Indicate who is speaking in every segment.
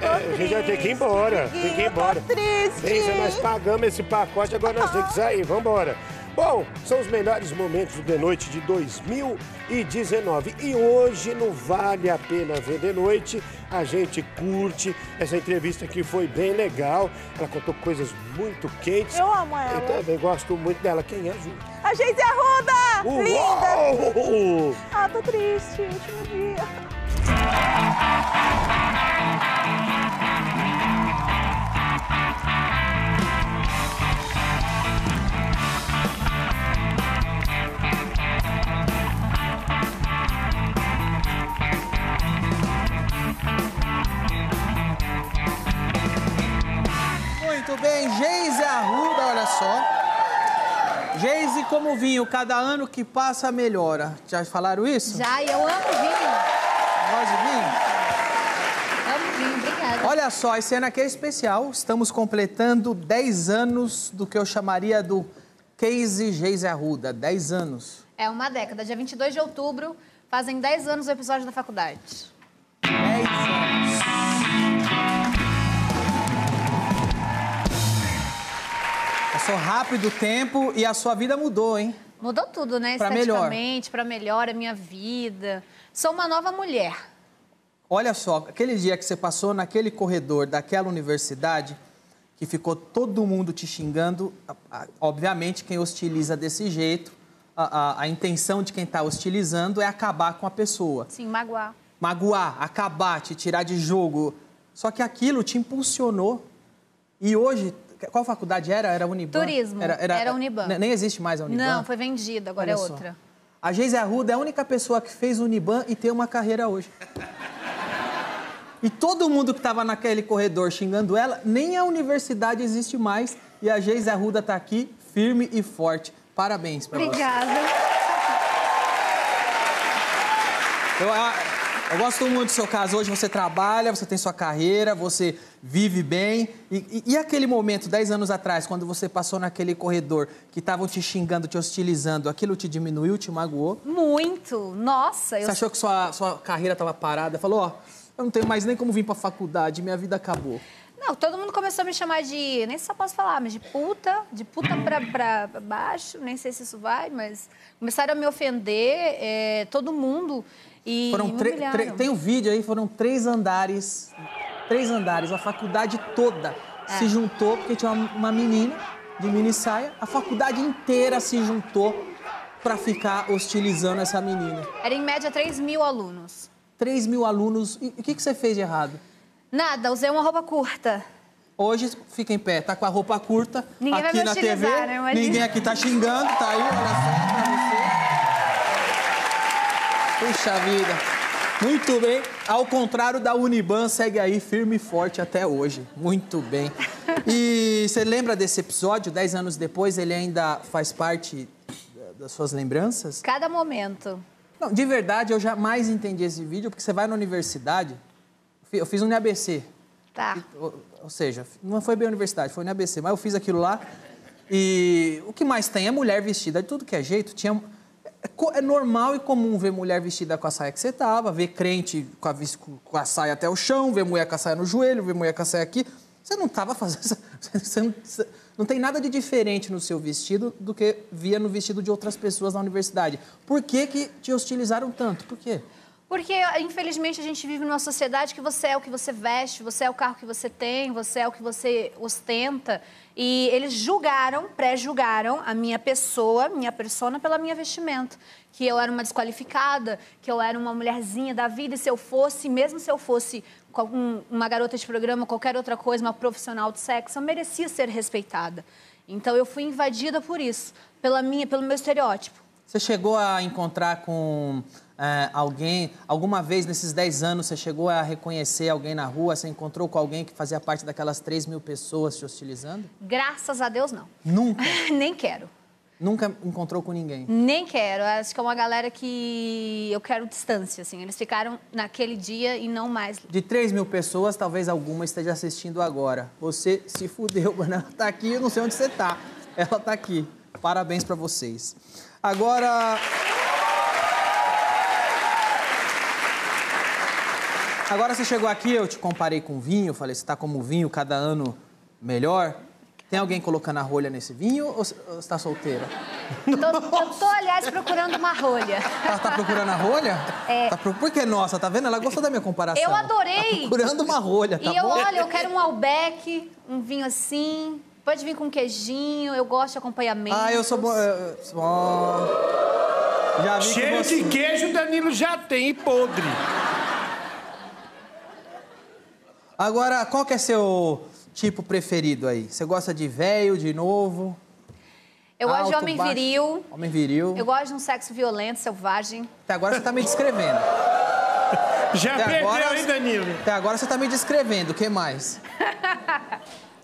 Speaker 1: É, a gente vai ter que ir embora. Tem que ir
Speaker 2: Eu tô
Speaker 1: embora.
Speaker 2: triste.
Speaker 1: Pensa, nós pagamos esse pacote, agora nós temos que sair. Vambora. Bom, são os melhores momentos do The Noite de 2019. E hoje no Vale a Pena Ver The Noite, a gente curte. Essa entrevista aqui foi bem legal. Ela contou coisas muito quentes.
Speaker 2: Eu amo ela.
Speaker 1: Eu também gosto muito dela. Quem é, Ju?
Speaker 2: A gente é Ruda! Linda!
Speaker 1: Uou!
Speaker 2: Ah, tô triste, último dia.
Speaker 3: Muito bem, Geise Arruda, olha só. Geise, como o vinho, cada ano que passa melhora. Já falaram isso?
Speaker 4: Já, e eu amo vinho.
Speaker 3: Gosta de vinho?
Speaker 4: Amo vinho, obrigada.
Speaker 3: Olha só, esse ano aqui é especial. Estamos completando 10 anos do que eu chamaria do Case Geise Arruda. 10 anos.
Speaker 4: É uma década. Dia 22 de outubro, fazem 10 anos o episódio da faculdade.
Speaker 3: 10 anos. Passou rápido o tempo e a sua vida mudou, hein?
Speaker 4: Mudou tudo, né?
Speaker 3: Pra melhor.
Speaker 4: Esteticamente, pra melhor, a minha vida. Sou uma nova mulher.
Speaker 3: Olha só, aquele dia que você passou naquele corredor daquela universidade, que ficou todo mundo te xingando, a- a- obviamente quem hostiliza desse jeito, a, a- a intenção de quem está hostilizando é acabar com a pessoa.
Speaker 4: Sim, magoar.
Speaker 3: Magoar, acabar, te tirar de jogo. Só que aquilo te impulsionou. E hoje, qual faculdade era? Era a Uniban?
Speaker 4: Turismo. Era a Uniban.
Speaker 3: Ne- Nem existe mais a Uniban.
Speaker 4: Não, foi vendida, agora é
Speaker 3: Olha só.
Speaker 4: outra.
Speaker 3: A Geise Arruda é a única pessoa que fez Uniban e tem uma carreira hoje. E todo mundo que estava naquele corredor xingando ela, nem a universidade existe mais. E a Geise Arruda tá aqui, firme e forte. Parabéns pra você.
Speaker 4: Obrigada.
Speaker 3: Eu, ah, eu- eu gosto muito do seu caso. Hoje você trabalha, você tem sua carreira, você vive bem. E, e- e aquele momento, 10 anos atrás, quando você passou naquele corredor que estavam te xingando, te hostilizando, aquilo te diminuiu, te magoou?
Speaker 4: Muito. Nossa, eu
Speaker 3: Você achou que sua, sua carreira estava parada? Falou, ó, eu não tenho mais nem como vir pra faculdade, minha vida acabou.
Speaker 4: Não, todo mundo começou a me chamar de. Nem sei se eu posso falar, mas de puta, de puta pra, pra baixo, nem sei se isso vai, mas começaram a me ofender, é, todo mundo. E
Speaker 3: Foram
Speaker 4: me
Speaker 3: tre-
Speaker 4: humilharam.
Speaker 3: tre- tem um vídeo aí, foram três andares, três andares, a faculdade toda
Speaker 4: É.
Speaker 3: se juntou, porque tinha uma, uma menina de mini saia, a faculdade inteira se juntou pra ficar hostilizando essa menina.
Speaker 4: Era em média 3 mil alunos.
Speaker 3: 3 mil alunos, e e o que, que você fez de errado?
Speaker 4: Nada, usei uma roupa curta.
Speaker 3: Hoje, fica em pé, tá com a roupa curta,
Speaker 4: Ninguém vai
Speaker 3: aqui
Speaker 4: me
Speaker 3: na
Speaker 4: hostilizar,
Speaker 3: TV,
Speaker 4: né? Imagina.
Speaker 3: ninguém aqui tá xingando, tá aí, olha só pra você. Puxa vida. Muito bem. Ao contrário da Uniban, segue aí firme e forte até hoje. Muito bem. E você lembra desse episódio? Dez anos depois, ele ainda faz parte da- das suas lembranças?
Speaker 4: Cada momento.
Speaker 3: Não, de verdade, eu jamais entendi esse vídeo, porque você vai na universidade... Eu fiz um NABC,
Speaker 4: Tá.
Speaker 3: ou, ou seja, não foi bem a universidade, foi no ABC, mas eu fiz aquilo lá. E o que mais tem é mulher vestida de tudo que é jeito. Tinha, é, co- é normal e comum ver mulher vestida com a saia que você tava, ver crente com a, vis- com a saia até o chão, ver mulher com a saia no joelho, ver mulher com a saia aqui. Você não tava fazendo. essa- Você não, você- não tem nada de diferente no seu vestido do que via no vestido de outras pessoas na universidade. Por que, que te hostilizaram tanto? Por quê?
Speaker 4: Porque, infelizmente, a gente vive numa sociedade que você é o que você veste, você é o carro que você tem, você é o que você ostenta. E eles julgaram, pré-julgaram a minha pessoa, minha persona, pela minha vestimenta. Que eu era uma desqualificada, que eu era uma mulherzinha da vida, e se eu fosse, mesmo se eu fosse qual- um- uma garota de programa, qualquer outra coisa, uma profissional de sexo, eu merecia ser respeitada. Então, eu fui invadida por isso, pela minha, pelo meu estereótipo.
Speaker 3: Você chegou a encontrar com eh, alguém, alguma vez nesses 10 anos, você chegou a reconhecer alguém na rua? Você encontrou com alguém que fazia parte daquelas 3 mil pessoas te hostilizando?
Speaker 4: Graças a Deus, não.
Speaker 3: Nunca,
Speaker 4: Nem quero.
Speaker 3: nunca encontrou com ninguém.
Speaker 4: Nem quero. Acho que é uma galera que eu quero distância, assim. Eles ficaram naquele dia e não mais.
Speaker 3: De 3 mil pessoas, talvez alguma esteja assistindo agora. Você se fudeu, mano. Ela tá aqui, eu não sei onde você tá. Ela tá aqui. Parabéns pra vocês. Agora. Agora você chegou aqui, eu te comparei com vinho, falei, você tá como vinho cada ano melhor. Tem alguém colocando a rolha nesse vinho ou você ou você tá solteira?
Speaker 4: Tô, eu tô, aliás, procurando uma rolha.
Speaker 3: Ela tá procurando a rolha? É. Tá pro... Por que nossa? Tá vendo? Ela gostou da minha comparação.
Speaker 4: Eu adorei.
Speaker 3: Tá procurando uma rolha, tá
Speaker 4: e eu,
Speaker 3: bom?
Speaker 4: olha, eu quero um albeck, um vinho assim. Pode vir com queijinho, eu gosto de acompanhamento.
Speaker 3: Ah, eu sou bom. eu- eu- ó. Já vi
Speaker 1: Cheio
Speaker 3: que você...
Speaker 1: de queijo, o Danilo já tem, e podre.
Speaker 3: Agora, qual que é seu tipo preferido aí? Você gosta de velho, de novo?
Speaker 4: Eu gosto de
Speaker 3: alto,
Speaker 4: homem
Speaker 3: baixo?
Speaker 4: viril.
Speaker 3: Homem viril.
Speaker 4: Eu gosto de um sexo violento, selvagem.
Speaker 3: Até agora você tá me descrevendo.
Speaker 1: Já
Speaker 3: Até
Speaker 1: perdeu,
Speaker 3: agora-
Speaker 1: hein, Danilo?
Speaker 3: Até agora você tá me descrevendo, o que mais?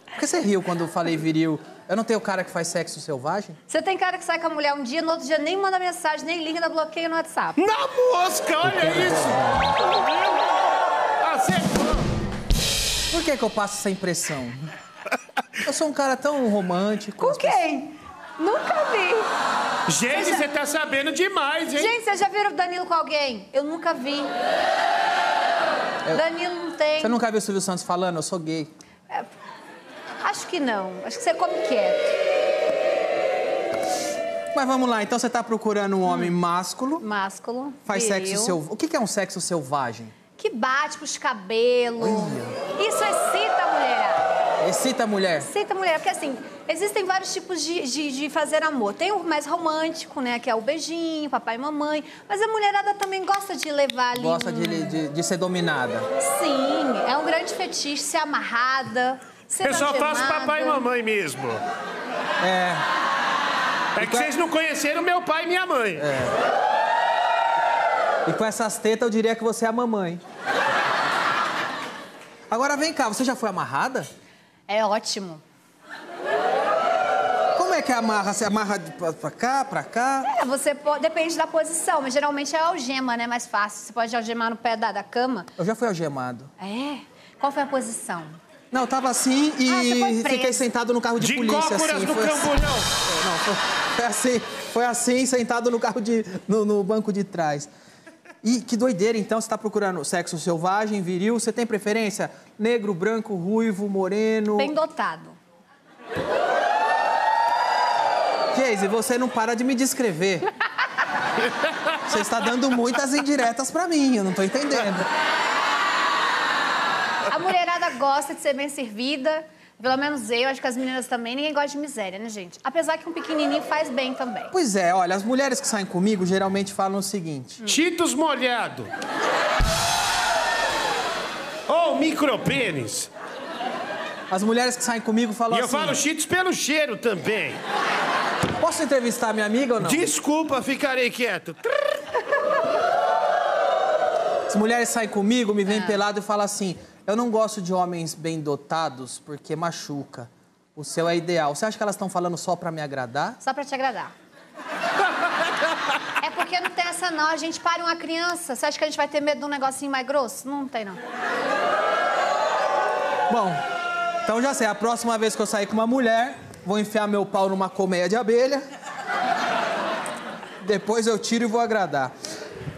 Speaker 3: Por que você riu quando eu falei viril? Eu não tenho cara que faz sexo selvagem?
Speaker 4: Você tem cara que sai com a mulher um dia, no outro dia nem manda mensagem, nem liga, ainda bloqueia no WhatsApp.
Speaker 1: Na mosca, olha é isso. Acertou.
Speaker 3: Por que, que eu passo essa impressão? Eu sou um cara tão romântico.
Speaker 4: Com
Speaker 3: as pessoas-
Speaker 4: quem? Nunca vi.
Speaker 1: Gente, você tá sabendo demais, hein?
Speaker 4: Gente, vocês já viram o Danilo com alguém? Eu nunca vi. Danilo não tem.
Speaker 3: Você nunca viu o Silvio Santos falando, eu sou gay.
Speaker 4: Acho que não. Acho que você come quieto.
Speaker 3: Mas vamos lá, então você tá procurando
Speaker 4: Hum.
Speaker 3: um homem másculo,
Speaker 4: Másculo.
Speaker 3: faz
Speaker 4: viril,
Speaker 3: sexo selvagem. O que, que é um sexo selvagem?
Speaker 4: Que bate pros cabelos. Isso é excita a mulherada.
Speaker 3: Excita a mulher.
Speaker 4: Aceita mulher, porque assim, existem vários tipos de, de, de fazer amor. Tem o mais romântico, né? Que é o beijinho, papai e mamãe. Mas a mulherada também gosta de levar ali.
Speaker 3: Gosta
Speaker 4: um-
Speaker 3: de, de- de ser dominada.
Speaker 4: Sim, é um grande fetiche, ser amarrada. Ser
Speaker 1: Eu só faço
Speaker 4: algemada.
Speaker 1: papai e mamãe mesmo.
Speaker 3: É.
Speaker 1: É que vocês não conheceram meu pai e minha mãe.
Speaker 3: E com essas tetas eu diria que você é a mamãe. Agora vem cá, você já foi amarrada?
Speaker 4: É ótimo.
Speaker 3: Como é que amarra? Você amarra de pra, pra cá, pra cá?
Speaker 4: É, você pode. Depende da posição, mas geralmente é algema, né? Mais fácil. Você pode algemar no pé da, da cama.
Speaker 3: Eu já fui algemado.
Speaker 4: É. Qual foi a posição?
Speaker 3: Não, eu tava assim
Speaker 4: Ah, você
Speaker 3: e
Speaker 4: foi preso.
Speaker 3: fiquei sentado no carro de,
Speaker 1: De
Speaker 3: polícia,
Speaker 1: cócoras
Speaker 3: assim.
Speaker 1: no
Speaker 3: foi, assim
Speaker 1: camburão.
Speaker 3: não, foi, foi assim, foi assim, sentado no carro de. no, no banco de trás. E que doideira, então, você tá procurando sexo selvagem, viril, você tem preferência? Negro, branco, ruivo, moreno.
Speaker 4: Bem dotado.
Speaker 3: Geise, você não para de me descrever. Você está dando muitas indiretas pra mim, eu não tô entendendo.
Speaker 4: A mulherada gosta de ser bem servida. Pelo menos eu, acho que as meninas também. Ninguém gosta de miséria, né, gente? Apesar que um pequenininho faz bem também.
Speaker 3: Pois é, olha, as mulheres que saem comigo geralmente falam o seguinte:
Speaker 1: Cheetos molhado. Ou micropênis.
Speaker 3: as mulheres que saem comigo falam
Speaker 1: E eu
Speaker 3: assim.
Speaker 1: falo cheetos pelo cheiro também.
Speaker 3: Posso entrevistar minha amiga ou não?
Speaker 1: Desculpa, ficarei quieto.
Speaker 3: As mulheres saem comigo, me vêm pelado e falam assim: eu não gosto de homens bem dotados porque machuca. O seu é ideal. Você acha que elas estão falando só pra me agradar?
Speaker 4: Só pra te agradar. É porque não tem essa, não. A gente para uma criança. Você acha que a gente vai ter medo de um negocinho mais grosso? Não tem, não.
Speaker 3: Bom, então já sei, a próxima vez que eu sair com uma mulher, vou enfiar meu pau numa colmeia de abelha. Depois eu tiro e vou agradar.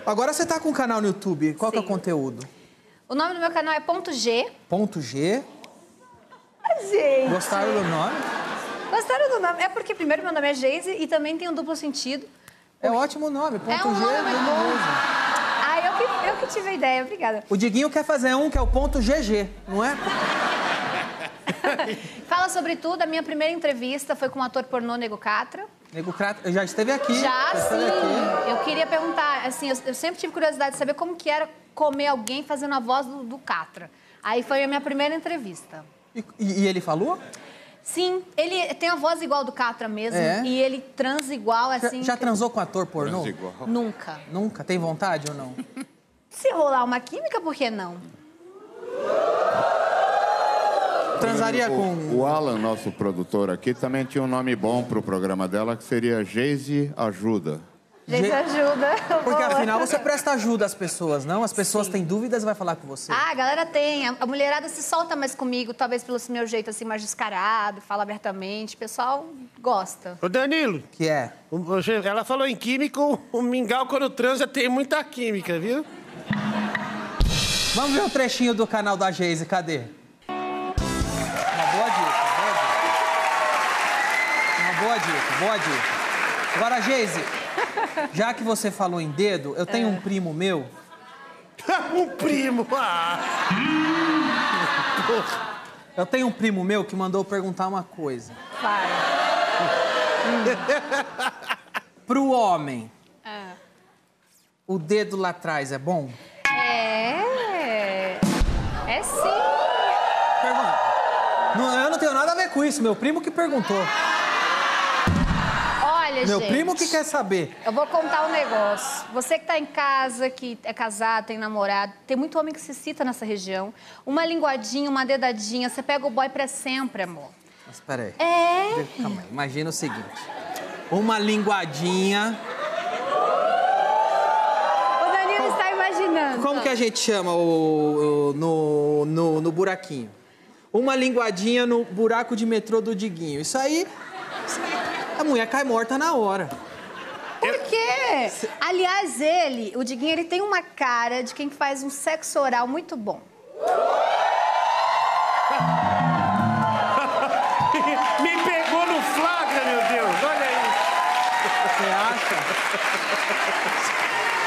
Speaker 3: Agora você tá com um canal no YouTube, qual que é o
Speaker 4: Sim.
Speaker 3: conteúdo?
Speaker 4: O nome do meu canal é Ponto G.
Speaker 3: Ponto G.
Speaker 4: Gente.
Speaker 3: Gostaram do nome?
Speaker 4: Gostaram do nome? É porque, primeiro, meu nome é Geise e também tem um duplo sentido.
Speaker 3: É ótimo nome, ponto
Speaker 4: É um
Speaker 3: G.
Speaker 4: nome
Speaker 3: é
Speaker 4: bom.
Speaker 3: maravilhoso.
Speaker 4: Ah, eu que, eu que tive a ideia. Obrigada.
Speaker 3: O Diguinho quer fazer um que é o ponto GG, não é?
Speaker 4: Fala sobre tudo. A minha primeira entrevista foi com o ator pornô Nego Catra.
Speaker 3: Nego Crato, já esteve aqui.
Speaker 4: Já
Speaker 3: esteve aqui.
Speaker 4: sim. Eu queria perguntar, assim, eu, eu sempre tive curiosidade de saber como que era comer alguém fazendo a voz do, do Catra. Aí foi a minha primeira entrevista.
Speaker 3: E, e- e ele falou?
Speaker 4: Sim, ele tem a voz igual do Catra mesmo.
Speaker 3: É?
Speaker 4: E ele transa igual,
Speaker 3: Já,
Speaker 4: assim.
Speaker 3: já transou com ator pornô?
Speaker 4: Nunca.
Speaker 3: Nunca? Tem vontade ou não?
Speaker 4: Se rolar uma química, por que não?
Speaker 3: Transaria com.
Speaker 5: O, o Alan, nosso produtor aqui, também tinha um nome bom pro programa dela, que seria Geise Ajuda.
Speaker 4: Gente,
Speaker 3: Ge-
Speaker 4: ajuda.
Speaker 3: Porque
Speaker 4: Boa.
Speaker 3: afinal você presta ajuda às pessoas, não? As pessoas têm dúvidas e vai falar com você.
Speaker 4: Ah, a galera tem. A a mulherada se solta mais comigo, talvez pelo meu jeito assim, mais descarado, fala abertamente. O pessoal gosta.
Speaker 1: Ô, Danilo,
Speaker 3: Que é.
Speaker 1: você- ela falou em química, o- o mingau quando transa tem muita química, viu?
Speaker 3: Vamos ver um trechinho do canal da Geise, cadê? Uma boa dica, boa dica. Uma boa dica, boa dica. Agora, Geise, já que você falou em dedo, eu
Speaker 4: É.
Speaker 3: tenho um primo meu
Speaker 1: um primo. Ah,
Speaker 3: Eu tenho um primo meu que mandou perguntar uma coisa.
Speaker 4: Vai.
Speaker 3: Pro homem, o dedo lá atrás é bom?
Speaker 4: É. É sim.
Speaker 3: Pergunta. Não, eu não tenho nada a ver com isso, meu primo que perguntou.
Speaker 4: Olha,
Speaker 3: Meu
Speaker 4: gente.
Speaker 3: primo que quer saber.
Speaker 4: Eu vou contar um negócio. Você que tá em casa, que é casado, tem namorado, tem muito homem que se cita nessa região. Uma linguadinha, uma dedadinha, você pega o boy pra sempre, amor.
Speaker 3: Mas peraí.
Speaker 4: É.
Speaker 3: Calma aí, imagina o seguinte. Uma linguadinha.
Speaker 4: O Danilo está imaginando.
Speaker 3: Como que a gente chama o, o- no, no, no buraquinho? Uma linguadinha no buraco de metrô do Diguinho. Isso aí. isso aí, A mulher cai morta na hora.
Speaker 4: Por quê? Aliás, ele, o Diguinho, ele tem uma cara de quem faz um sexo oral muito bom.
Speaker 1: me pegou no flagra, meu Deus. Olha aí.
Speaker 3: Você acha?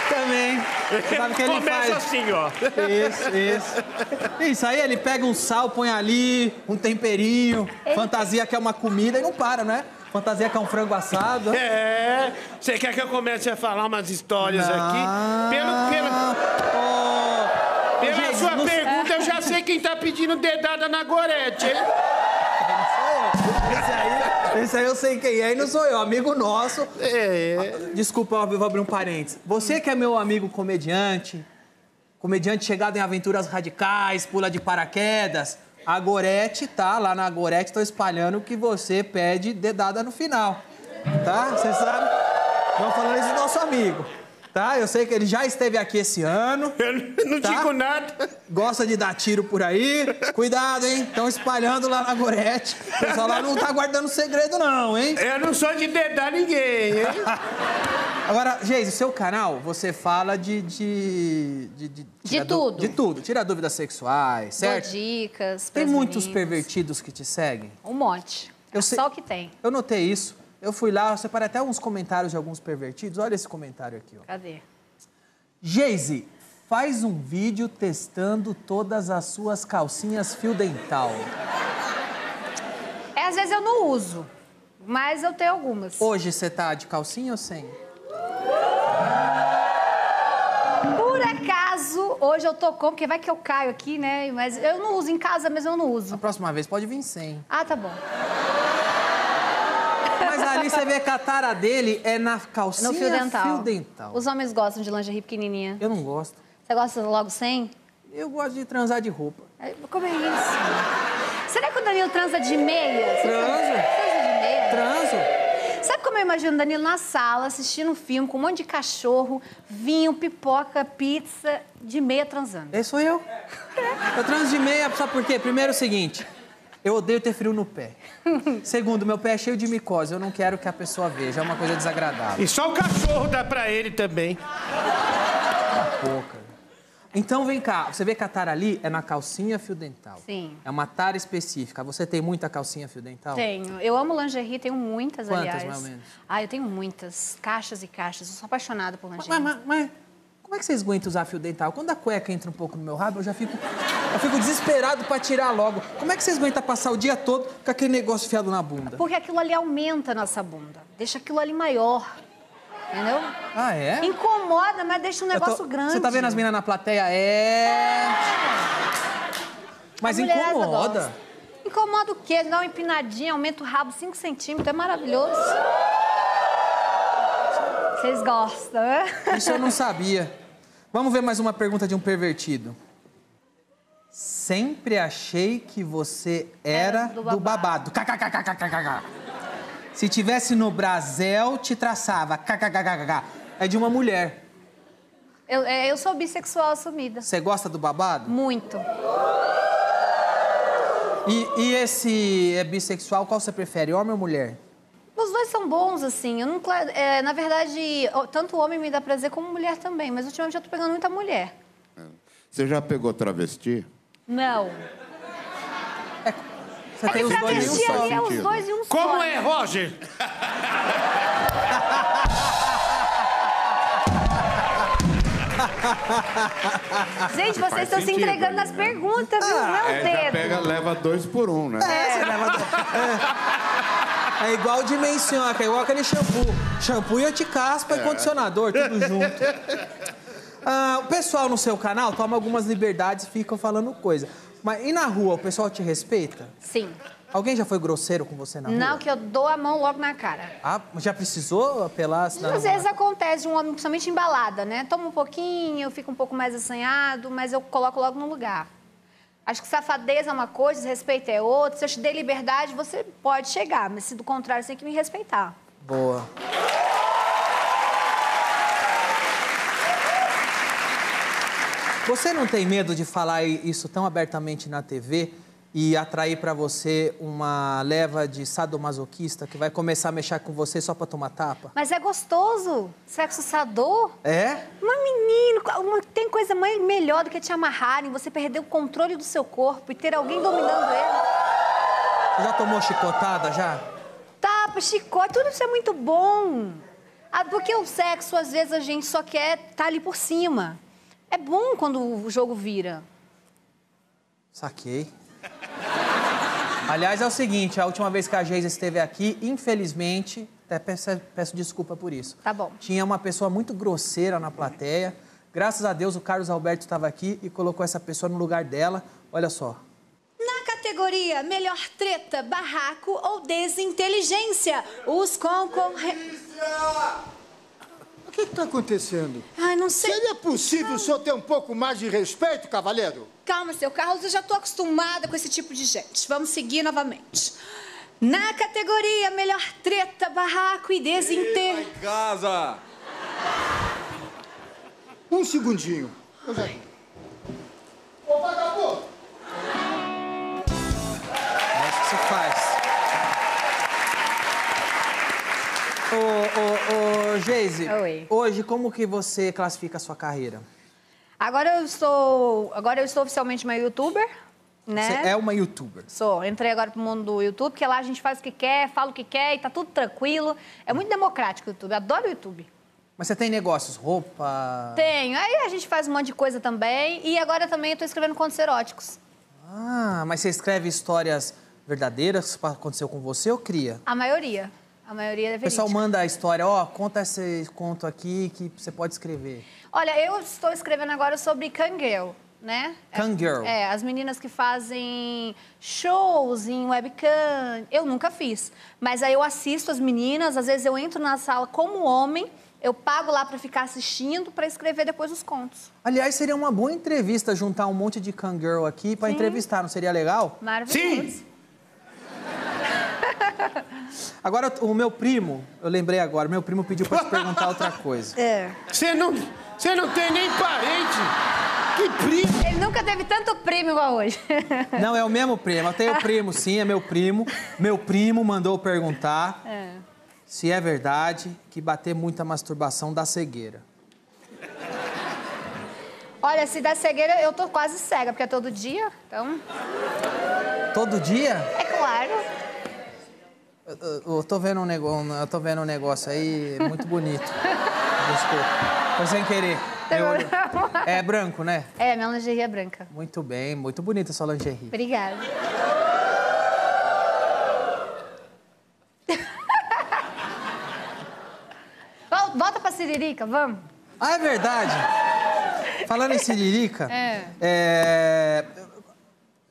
Speaker 3: Também. Você sabe o que ele
Speaker 1: Começa
Speaker 3: faz?
Speaker 1: assim, ó.
Speaker 3: Isso, isso. Isso aí, ele pega um sal, põe ali, um temperinho, fantasia que é uma comida e não para, né? Fantasia que é um frango assado.
Speaker 1: É. Você quer que eu comece a falar umas histórias aqui?
Speaker 6: Ah,
Speaker 1: Pelo, pelo,
Speaker 3: Ô, ô,
Speaker 1: pela
Speaker 3: Jesus,
Speaker 1: sua
Speaker 6: É.
Speaker 3: não-
Speaker 1: pergunta, eu já sei quem tá pedindo dedada na gorete, hein?
Speaker 3: Esse aí, esse aí eu sei quem é e não sou eu, amigo nosso.
Speaker 1: É.
Speaker 3: Desculpa, eu vou abrir um parênteses. Você que é meu amigo comediante, comediante chegado em aventuras radicais, pula de paraquedas, a Gorete tá lá na Gorete, tô espalhando que você pede dedada no final, tá? Você sabe? Não falando isso do nosso amigo, tá? Eu sei que ele já esteve aqui esse ano,
Speaker 1: Eu não
Speaker 3: Tá.
Speaker 1: digo nada.
Speaker 3: gosta de dar tiro por aí. Cuidado, hein? Estão espalhando lá na Gorete. O pessoal lá não tá guardando segredo não, hein?
Speaker 1: Eu não sou de dedar ninguém, hein?
Speaker 3: Agora, Geise, seu canal, você fala de. De, de, de, tira dú-
Speaker 4: tudo.
Speaker 3: De tudo. Tira dúvidas sexuais,
Speaker 4: Dou
Speaker 3: certo?
Speaker 4: dicas.
Speaker 3: Tem
Speaker 4: pras
Speaker 3: muitos
Speaker 4: meninas.
Speaker 3: pervertidos que te seguem?
Speaker 4: Um monte.
Speaker 3: Eu
Speaker 4: É
Speaker 3: sei-
Speaker 4: Só o que tem.
Speaker 3: Eu notei isso. Eu fui lá, eu separei até uns comentários de alguns pervertidos. Olha esse comentário aqui, ó.
Speaker 4: Cadê?
Speaker 3: Geise, faz um vídeo testando todas as suas calcinhas fio dental.
Speaker 4: É, às vezes eu não uso, mas eu tenho algumas.
Speaker 3: Hoje você tá de calcinha ou sem?
Speaker 4: Por acaso, hoje eu tô com, porque vai que eu caio aqui, né? Mas eu não uso em casa, mas eu não
Speaker 3: Na
Speaker 4: uso.
Speaker 3: próxima vez pode vir sem.
Speaker 4: Ah, tá bom.
Speaker 3: Mas ali você vê que a tara dele é na calcinha
Speaker 4: No fio dental.
Speaker 3: fio dental.
Speaker 4: Os homens gostam de lingerie pequenininha.
Speaker 3: Eu não gosto.
Speaker 4: Você gosta logo sem?
Speaker 3: Eu gosto de transar de roupa.
Speaker 4: É, Como é isso? Será que o Danilo transa de meia? Você
Speaker 3: Transo?
Speaker 4: Transa de meia?
Speaker 3: Transo?
Speaker 4: Sabe como eu imagino o Danilo na sala, assistindo um filme com um monte de cachorro, vinho, pipoca, pizza, de meia transando?
Speaker 3: Esse sou eu. Eu transo de meia, sabe por quê? Primeiro é o seguinte, eu odeio ter frio no pé. Segundo, meu pé é cheio de micose, eu não quero que a pessoa veja, é uma coisa desagradável.
Speaker 1: E só o cachorro dá pra ele também.
Speaker 3: Pouca. Então vem cá, você vê que a tara ali é na calcinha fio dental.
Speaker 4: Sim.
Speaker 3: É uma tara específica. Você tem muita calcinha fio dental?
Speaker 4: Tenho. Eu amo lingerie, tenho muitas,
Speaker 3: Então. Quantas,
Speaker 4: aliás.
Speaker 3: mais ou menos?
Speaker 4: Ah, eu tenho muitas. Caixas e caixas. Eu sou apaixonada por
Speaker 3: Mas,
Speaker 4: lingerie.
Speaker 3: Ah, mas- mas- mas como é que vocês aguentam usar fio dental? Quando a cueca entra um pouco no meu rabo, eu já fico, eu fico desesperado pra tirar logo. Como é que vocês aguentam passar o dia todo com aquele negócio fiado na bunda?
Speaker 4: Porque aquilo ali aumenta a nossa bunda. Deixa aquilo ali maior. Entendeu?
Speaker 3: Ah, é?
Speaker 4: Incomoda, mas deixa um
Speaker 3: Eu tô-
Speaker 4: negócio grande.
Speaker 3: Você tá vendo as meninas na plateia? É. Mas
Speaker 4: A mulherada
Speaker 3: incomoda.
Speaker 4: gosta. Incomoda o quê? Dá uma empinadinha, aumenta o rabo 5 centímetros, é maravilhoso. Vocês gostam, né?
Speaker 3: Isso eu não sabia. Vamos ver mais uma pergunta de um pervertido. Sempre achei que você era,
Speaker 4: Era
Speaker 3: do
Speaker 4: do
Speaker 3: babado. KKKKKKK. Se tivesse no Brasil, te traçava. KKKKK. É de uma mulher.
Speaker 4: Eu, é, eu sou bissexual assumida.
Speaker 3: Você gosta do babado?
Speaker 4: Muito.
Speaker 3: E, e esse é bissexual, qual você prefere, homem ou mulher?
Speaker 4: Os dois são bons, assim. Eu não, cla- é, na verdade, o- tanto o homem me dá prazer como mulher também, mas ultimamente eu tô pegando muita mulher.
Speaker 5: Você já pegou travesti?
Speaker 4: Não.
Speaker 3: Você
Speaker 4: É que
Speaker 3: tem os dois em
Speaker 4: travesti
Speaker 3: um
Speaker 5: só,
Speaker 3: só.
Speaker 4: ali é os
Speaker 5: sentido.
Speaker 4: dois e um só.
Speaker 7: Como
Speaker 4: né?
Speaker 7: é, Roger?
Speaker 4: Gente, vocês
Speaker 5: Faz
Speaker 4: estão se
Speaker 5: sentido,
Speaker 4: entregando
Speaker 5: né?
Speaker 4: nas perguntas, viu?
Speaker 3: Ah,
Speaker 4: Não,
Speaker 5: É, já
Speaker 4: dedo.
Speaker 5: pega, leva dois por um, né?
Speaker 3: É, você leva... É. É igual dimensioca, é igual aquele shampoo. Shampoo e anticaspa e condicionador, tudo junto. Ah, o pessoal no seu canal toma algumas liberdades e fica falando coisa. Mas e na rua, o pessoal te respeita?
Speaker 4: Sim.
Speaker 3: Alguém já foi grosseiro com você na rua?
Speaker 4: Não, que eu dou a mão logo na cara.
Speaker 3: Ah, já precisou apelar? se não-
Speaker 4: Às vezes acontece de um homem, principalmente embalada, né? Toma um pouquinho, eu fico um pouco mais assanhado, mas eu coloco logo no lugar. Acho que safadeza é uma coisa, desrespeito é outra. Se eu te dei liberdade, você pode chegar, mas se do contrário, você tem que me respeitar.
Speaker 3: Boa. Você não tem medo de falar isso tão abertamente na TV e atrair pra você uma leva de sadomasoquista que vai começar a mexer com você só pra tomar tapa?
Speaker 4: Mas é gostoso, sexo sador.
Speaker 3: É?
Speaker 4: Mas, menino, uma- tem coisa mais, melhor do que te amarrarem, você perder o controle do seu corpo e ter alguém dominando ele.
Speaker 3: Você já tomou chicotada já?
Speaker 4: Tapa, chicote, tudo isso é muito bom. Ah, Porque o sexo, às vezes, a gente só quer estar ali por cima. É bom quando o jogo vira.
Speaker 3: Saquei. Aliás, é o seguinte, a última vez que a Geisa esteve aqui, infelizmente, até peço, peço desculpa por isso.
Speaker 4: Tá bom.
Speaker 3: Tinha uma pessoa muito grosseira na plateia. Graças a Deus, o Carlos Alberto estava aqui e colocou essa pessoa no lugar dela. Olha só.
Speaker 8: Na categoria Melhor Treta, Barraco ou Desinteligência, os concorrentes.
Speaker 6: O que está acontecendo?
Speaker 8: Ai, não sei.
Speaker 6: Seria possível o senhor ter um pouco mais de respeito, cavaleiro?
Speaker 8: Calma, seu Carlos, eu já tô acostumada com esse tipo de gente. Vamos seguir novamente. Na categoria Melhor Treta, Barraco e Desinteligência.
Speaker 9: Casa!
Speaker 6: Um segundinho. Eu já... Ô, vagabundo!
Speaker 3: É isso que se faz. Ô, ô, ô, Geise.
Speaker 4: Oi.
Speaker 3: Hoje, como que você classifica a sua carreira?
Speaker 4: Agora eu sou, agora eu estou oficialmente uma youtuber,
Speaker 3: Você
Speaker 4: né?
Speaker 3: é uma youtuber.
Speaker 4: Sou, entrei agora pro mundo do YouTube, porque lá a gente faz o que quer, fala o que quer e tá tudo tranquilo. É muito democrático o YouTube, adoro o YouTube.
Speaker 3: Mas você tem negócios, roupa...
Speaker 4: Tenho. Aí a gente faz um monte de coisa também. E agora também eu tô escrevendo contos eróticos.
Speaker 3: Ah, mas você escreve histórias verdadeiras que aconteceu com você ou cria?
Speaker 4: A maioria. A maioria é
Speaker 3: O pessoal
Speaker 4: verídica.
Speaker 3: manda a história, ó, conta esse conto aqui que você pode escrever.
Speaker 4: Olha, eu estou escrevendo agora sobre Kangirl, né? É-
Speaker 3: Kangirl.
Speaker 4: É, as meninas que fazem shows em webcam. Eu nunca fiz. Mas aí eu assisto as meninas, às vezes eu entro na sala como homem, eu pago lá pra ficar assistindo pra escrever depois os contos.
Speaker 3: Aliás, seria uma boa entrevista juntar um monte de Kangirl aqui pra entrevistar, não seria legal?
Speaker 4: Maravilhoso.
Speaker 7: Sim.
Speaker 3: Agora, o meu primo, eu lembrei agora, meu primo pediu pra te perguntar outra coisa.
Speaker 4: É.
Speaker 7: Você não, você não tem nem
Speaker 1: tá-
Speaker 7: parente. Que primo.
Speaker 4: Ele nunca teve tanto prêmio igual hoje.
Speaker 3: Não, é o mesmo primo, eu tenho primo sim, é meu primo. Meu primo mandou perguntar
Speaker 4: É.
Speaker 3: se é verdade que bater muita masturbação dá cegueira.
Speaker 4: Olha, se dá cegueira, eu tô quase cega, porque é todo dia. Então,
Speaker 3: Todo dia?
Speaker 4: é claro.
Speaker 3: Eu- Eu, eu tô vendo um negócio, eu tô vendo um negócio aí muito bonito. Desculpa. Foi sem querer.
Speaker 4: Tem
Speaker 3: Meu olho-
Speaker 4: problema.
Speaker 3: É branco, né?
Speaker 4: É, minha lingerie é branca.
Speaker 3: Muito bem, muito bonita sua lingerie.
Speaker 4: Obrigada. Vol- Volta pra Siririca, vamos.
Speaker 3: Ah, é verdade. Falando em siririca,
Speaker 4: É.
Speaker 3: é, eu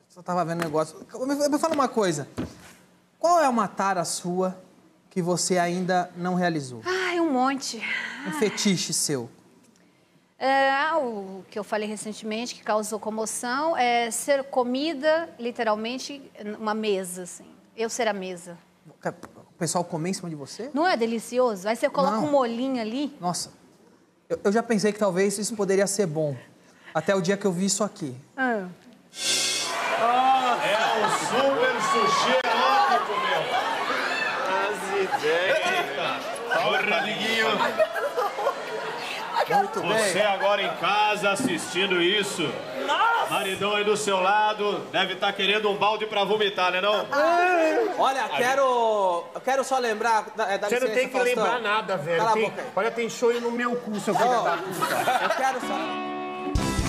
Speaker 3: Só tava vendo um negócio. Me, me fala uma coisa. Qual é uma tara sua que você ainda não realizou?
Speaker 4: Ai, um monte.
Speaker 3: Um fetiche seu?
Speaker 4: É, ah, o que eu falei recentemente, que causou comoção, é ser comida, literalmente, uma mesa, assim. Eu ser a mesa.
Speaker 3: O pessoal come em cima de você?
Speaker 4: Não é delicioso? Aí você coloca
Speaker 3: Não.
Speaker 4: um molinho ali.
Speaker 3: Nossa, eu, eu já pensei que talvez isso poderia ser bom. Até o dia que eu vi isso aqui.
Speaker 9: Ah, é um Super sushi erótico, tá, meu! As ideias! Porra, amiguinho! Muito Você agora em casa assistindo isso, Maridão aí do seu lado, deve estar querendo um balde pra vomitar, né não?
Speaker 3: É. Olha, quero. Eu quero só lembrar. dá- é, dá
Speaker 1: Você não
Speaker 3: licença,
Speaker 1: tem que
Speaker 3: Faustão.
Speaker 1: lembrar nada, velho.
Speaker 3: Cala a
Speaker 1: Tem-
Speaker 3: boca aí.
Speaker 1: olha, tem show no meu cu, seu filho da puta.
Speaker 3: Eu quero só.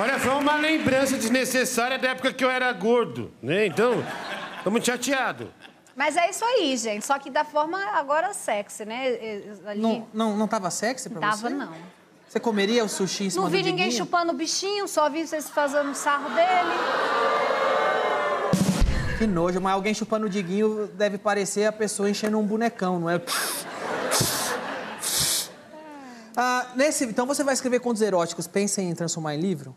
Speaker 7: Olha, foi uma lembrança desnecessária da época que eu era gordo, né? Então, tô muito chateado.
Speaker 4: Mas é isso aí, gente. Só que da forma agora sexy, né? E- e- Ali
Speaker 3: Não, não, não tava sexy pra
Speaker 4: tava,
Speaker 3: você?
Speaker 4: não.
Speaker 3: Você comeria o sushi em cima
Speaker 4: Não vi
Speaker 3: do
Speaker 4: ninguém
Speaker 3: Diguinho?
Speaker 4: chupando o bichinho, só vi vocês fazendo sarro dele.
Speaker 3: Que nojo, mas alguém chupando o Diguinho deve parecer a pessoa enchendo um bonecão, não é? Ah, nesse, então você vai escrever contos eróticos, pensa em transformar em livro?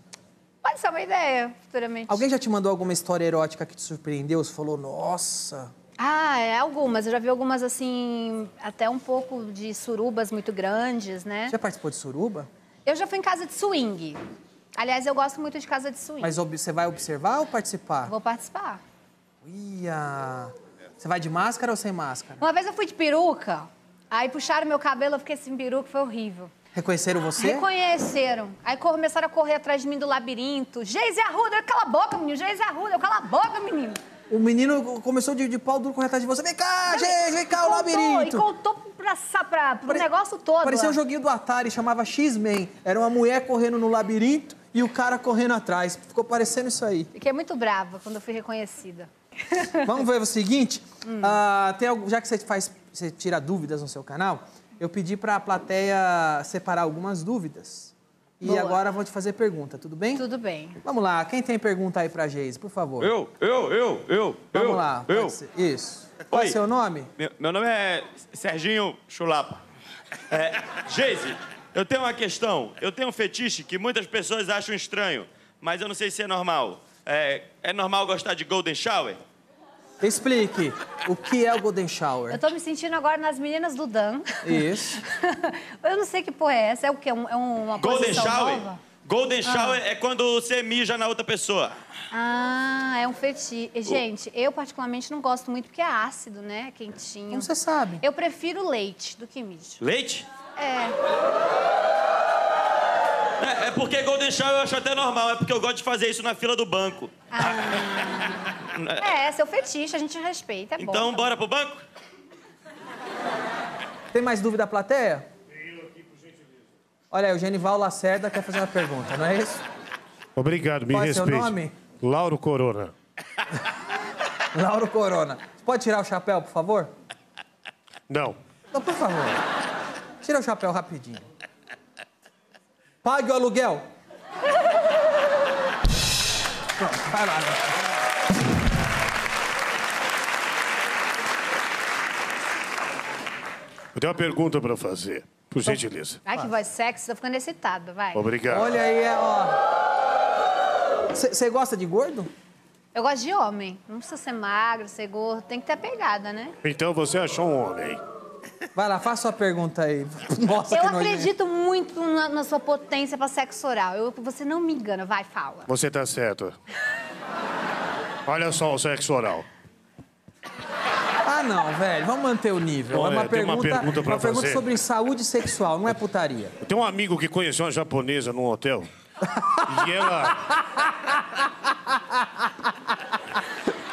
Speaker 4: Pode ser uma ideia, futuramente.
Speaker 3: Alguém já te mandou alguma história erótica que te surpreendeu? Você falou, nossa...
Speaker 4: Ah, é algumas. Eu já vi algumas, assim, até um pouco de surubas muito grandes, né?
Speaker 3: Já participou de suruba?
Speaker 4: Eu já fui em casa de swing. Aliás, eu gosto muito de casa de swing.
Speaker 3: Mas ob- você vai observar ou participar?
Speaker 4: Vou participar.
Speaker 3: Ia... Você vai de máscara ou sem máscara?
Speaker 4: Uma vez eu fui de peruca, aí puxaram meu cabelo, eu fiquei sem peruca, foi horrível.
Speaker 3: Reconheceram você?
Speaker 4: Reconheceram. Aí começaram a correr atrás de mim do labirinto. Geise Arruda, eu cala a boca, menino. Geise Arruda, eu cala a boca, menino.
Speaker 3: O menino começou de, de pau duro correr atrás de você. Vem cá, Tá, gente, vem cá, o
Speaker 4: Contou,
Speaker 3: labirinto.
Speaker 4: E contou pra, sa- pra, pro
Speaker 3: Pare-
Speaker 4: negócio todo.
Speaker 3: Parecia
Speaker 4: lá.
Speaker 3: um joguinho do Atari, chamava X-Men. Era uma mulher correndo no labirinto e o cara correndo atrás. Ficou parecendo isso aí.
Speaker 4: Fiquei muito brava quando eu fui reconhecida.
Speaker 3: Vamos ver o seguinte. Ah, tem algo- já que você faz, você tira dúvidas no seu canal, eu pedi pra plateia separar algumas dúvidas. E
Speaker 4: Boa.
Speaker 3: agora eu vou te fazer pergunta, tudo bem?
Speaker 4: Tudo bem.
Speaker 3: Vamos lá, quem tem pergunta aí pra Geise, por favor?
Speaker 10: Eu, eu, eu, eu,
Speaker 3: Vamos
Speaker 10: eu.
Speaker 3: lá. pode
Speaker 10: eu.
Speaker 3: ser. Isso. Qual é
Speaker 10: Oi.
Speaker 3: seu nome?
Speaker 10: Meu, meu nome é Serginho Chulapa. É, Geise, eu tenho uma questão. Eu tenho um fetiche que muitas pessoas acham estranho, mas eu não sei se é normal. É, é normal gostar de Golden Shower?
Speaker 3: Explique. O que é o Golden Shower?
Speaker 4: Eu tô me sentindo agora nas meninas do Dan.
Speaker 3: Isso.
Speaker 4: eu não sei que porra é essa. É o quê? Um- é um- uma
Speaker 10: Golden
Speaker 4: posição
Speaker 10: Shower?
Speaker 4: nova?
Speaker 3: Ah.
Speaker 10: Golden Shower é quando você mija na outra pessoa.
Speaker 4: Ah, é um fetiche. Gente, eu particularmente não gosto muito porque é ácido, né? É Quentinho.
Speaker 3: Como você sabe?
Speaker 4: Eu prefiro leite do que mijo.
Speaker 10: Leite?
Speaker 4: É.
Speaker 10: É, é porque Golden Shower eu acho até normal, é porque eu gosto de fazer isso na fila do banco.
Speaker 4: É, seu fetiche, a gente respeita. É bom.
Speaker 10: Então, bora pro banco?
Speaker 3: Tem mais dúvida, plateia? Olha aí, o Genival Lacerda quer fazer uma pergunta, não é isso?
Speaker 7: Obrigado, Ah, me
Speaker 3: Qual é seu
Speaker 7: respeite.
Speaker 3: nome?
Speaker 7: Lauro Corona.
Speaker 3: Lauro Corona. Você pode tirar o chapéu, por favor?
Speaker 7: Não.
Speaker 3: Não, por favor. Tira o chapéu rapidinho. Pague o aluguel. Pronto, vai lá. Lauro.
Speaker 7: Eu tenho uma pergunta pra fazer, por
Speaker 3: Então,
Speaker 7: gentileza.
Speaker 4: Ai, que voz sexy, tô ficando excitada, vai.
Speaker 7: Obrigado.
Speaker 3: Olha aí, ó. Você gosta de gordo?
Speaker 4: Eu gosto de homem. Não precisa ser magro, ser gordo. Tem que ter pegada, né?
Speaker 7: Então você achou um homem.
Speaker 3: Vai lá, faça sua pergunta aí. Nossa,
Speaker 4: eu
Speaker 3: que é.
Speaker 7: né?
Speaker 3: nojento.
Speaker 4: acredito muito na, na sua potência pra sexo oral. Eu- você não me engana, vai, fala.
Speaker 7: Você tá certo. Olha só o sexo oral.
Speaker 3: Ah, não, velho. Vamos manter o nível.
Speaker 7: Olha,
Speaker 3: é uma
Speaker 7: tem
Speaker 3: pergunta,
Speaker 7: uma pergunta pra
Speaker 3: uma pergunta
Speaker 7: fazer.
Speaker 3: sobre saúde sexual, não é putaria.
Speaker 7: Eu tenho um amigo que conheceu uma japonesa num hotel. E ela.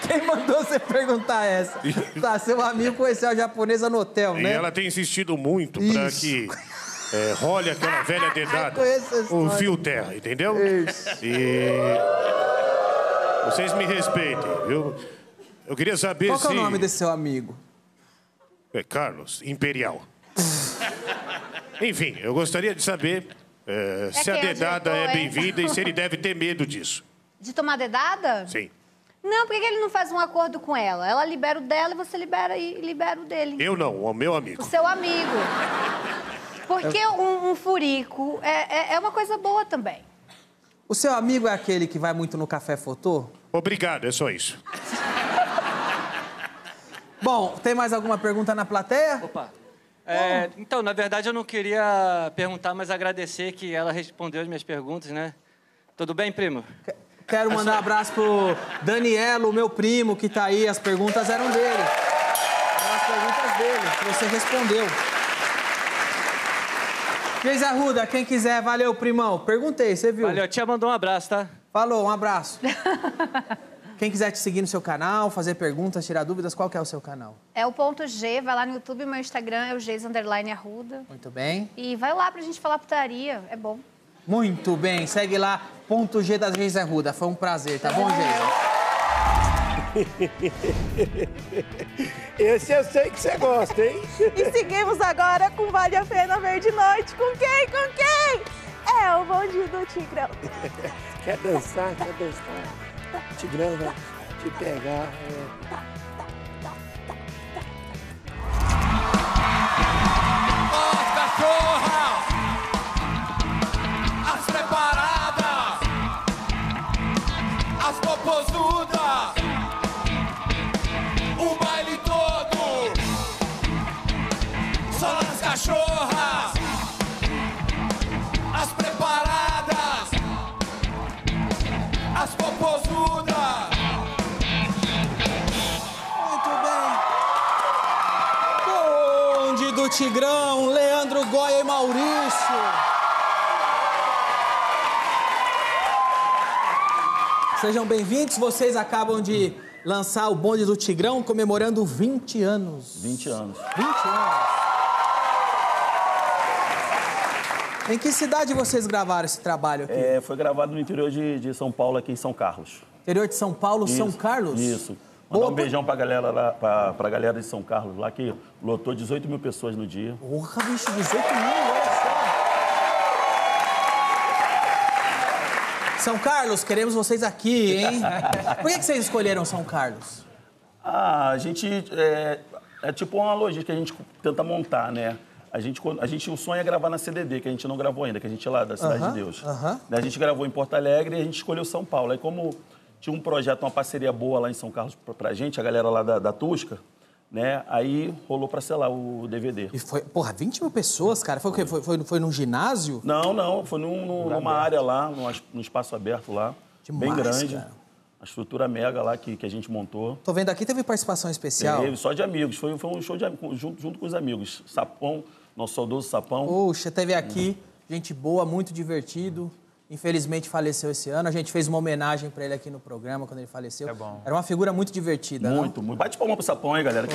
Speaker 3: Quem mandou você perguntar essa? Tá, seu amigo conheceu a japonesa no hotel,
Speaker 7: e
Speaker 3: né?
Speaker 7: ela tem insistido muito pra
Speaker 3: Isso.
Speaker 7: que. É, role aquela velha dedada.
Speaker 3: conheço essa
Speaker 7: O
Speaker 3: história.
Speaker 7: fio terra, entendeu? E. Vocês me respeitem, viu? Eu queria saber
Speaker 3: Qual
Speaker 7: se.
Speaker 3: que é o nome desse seu amigo?
Speaker 7: É, Carlos Imperial. Enfim, eu gostaria de saber é, se a
Speaker 4: quem
Speaker 7: dedada
Speaker 4: acertou,
Speaker 7: é
Speaker 4: é?
Speaker 7: bem-vinda e se ele deve ter medo disso.
Speaker 4: De tomar dedada?
Speaker 7: Sim.
Speaker 4: Não, por que que ele não faz um acordo com ela? Ela libera o dela e você libera e libera o dele.
Speaker 7: Eu não, o meu
Speaker 4: O
Speaker 7: amigo.
Speaker 4: seu amigo. Porque um, um furico é, é- é uma coisa boa também.
Speaker 3: O seu amigo é aquele que vai muito no café fotô?
Speaker 7: Obrigado, é só isso.
Speaker 3: Bom, tem mais alguma pergunta na plateia?
Speaker 11: Opa. É, então, na verdade, eu não queria perguntar, mas agradecer que ela respondeu as minhas perguntas, né? Tudo bem, primo?
Speaker 3: Quero mandar um abraço pro Danielo, meu primo, que tá aí. As perguntas eram dele. Eram as perguntas dele, que você respondeu. Geise Arruda, quem quiser, valeu, primão. Perguntei, você viu? Valeu, a tia mandou um abraço, tá? Falou, um abraço. quem quiser te seguir no seu canal, fazer perguntas, tirar dúvidas, qual que é o seu canal?
Speaker 4: É o ponto G, vai lá no YouTube, meu Instagram é o Geis Underline Arruda.
Speaker 3: Muito bem?
Speaker 4: E vai lá pra gente falar putaria, é bom.
Speaker 3: Muito bem, segue lá, ponto G das Geise Arruda. Foi um prazer, tá bom, Geise?
Speaker 1: Esse eu sei que você gosta, hein?
Speaker 2: E seguimos agora com Vale a Pena Verde Noite. Com quem? Com quem? É o bonde do Tigrão.
Speaker 1: Quer dançar? Quer dançar? Tigrão vai te pegar. é.
Speaker 12: cachorras, as preparadas, as popozudas, o baile todo, só nas cachorras, as preparadas, as popozudas.
Speaker 3: Muito bem. Bonde do Tigrão, Leandro Goya e Maurício. Sejam bem-vindos, vocês acabam de lançar o Bonde do Tigrão comemorando 20 anos.
Speaker 13: 20 anos.
Speaker 3: 20 anos. Em que cidade vocês gravaram esse trabalho aqui?
Speaker 13: É, foi gravado no interior de, de São Paulo, aqui em São Carlos.
Speaker 3: Interior de São Paulo, São
Speaker 13: Isso,
Speaker 3: Carlos?
Speaker 13: Isso. Mandar
Speaker 3: Boa,
Speaker 13: um beijão pra galera, lá, pra, pra galera de São Carlos lá, que lotou 18 mil pessoas no dia.
Speaker 3: Porra, bicho, 18 mil, olha só. São Carlos, queremos vocês aqui, hein? Por que, que vocês escolheram São Carlos?
Speaker 13: Ah, a gente. É, é tipo uma logística que a gente tenta montar, né? A gente, quando- a gente, o sonho é gravar na CDD, que a gente não gravou ainda, que a gente é lá da Cidade
Speaker 3: Aham,
Speaker 13: de Deus.
Speaker 3: aham.
Speaker 13: Daí Né, A gente gravou em Porto Alegre e a gente escolheu São Paulo. Aí, como tinha um projeto, uma parceria boa lá em São Carlos pra, pra gente, a galera lá da, da Tusca, né? Aí rolou pra selar o DVD.
Speaker 3: E foi, porra, 20 mil pessoas, cara. Foi o quê? Foi, foi, foi num ginásio?
Speaker 13: Não, não, foi num- num- numa área lá, num, es- num espaço aberto lá, bem
Speaker 3: Demais,
Speaker 13: grande.
Speaker 3: cara.
Speaker 13: A estrutura mega lá que, que a gente montou.
Speaker 3: Tô vendo aqui, teve participação especial.
Speaker 13: Teve, só de amigos. Foi, foi um show de, am- junto, junto com os amigos. Sapão, nosso saudoso Sapão.
Speaker 3: Poxa, teve aqui, gente boa, muito divertido. Infelizmente faleceu esse ano. A gente fez uma homenagem pra ele aqui no programa quando ele faleceu. É bom. Era uma figura muito divertida. né? não?
Speaker 13: Muito, muito. Bate palma pro Sapão aí, galera. que-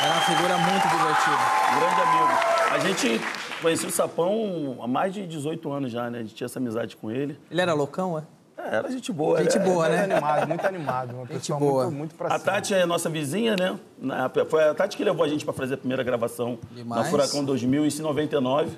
Speaker 3: Era uma figura muito divertida.
Speaker 13: Grande amigo. A gente conheceu o Sapão há mais de 18 anos já, né? A gente tinha essa amizade com ele.
Speaker 3: Ele era loucão, é?
Speaker 13: É, era gente boa.
Speaker 3: Gente
Speaker 13: era-
Speaker 3: boa,
Speaker 13: era
Speaker 3: né?
Speaker 13: animado,
Speaker 14: muito animado. Uma pessoa
Speaker 13: boa.
Speaker 14: muito, muito pra
Speaker 13: A
Speaker 14: cima.
Speaker 13: Tati é nossa vizinha, né? Na- Foi a Tati que levou a gente para fazer a primeira gravação
Speaker 14: Demais.
Speaker 13: na Furacão 2000, isso em 99.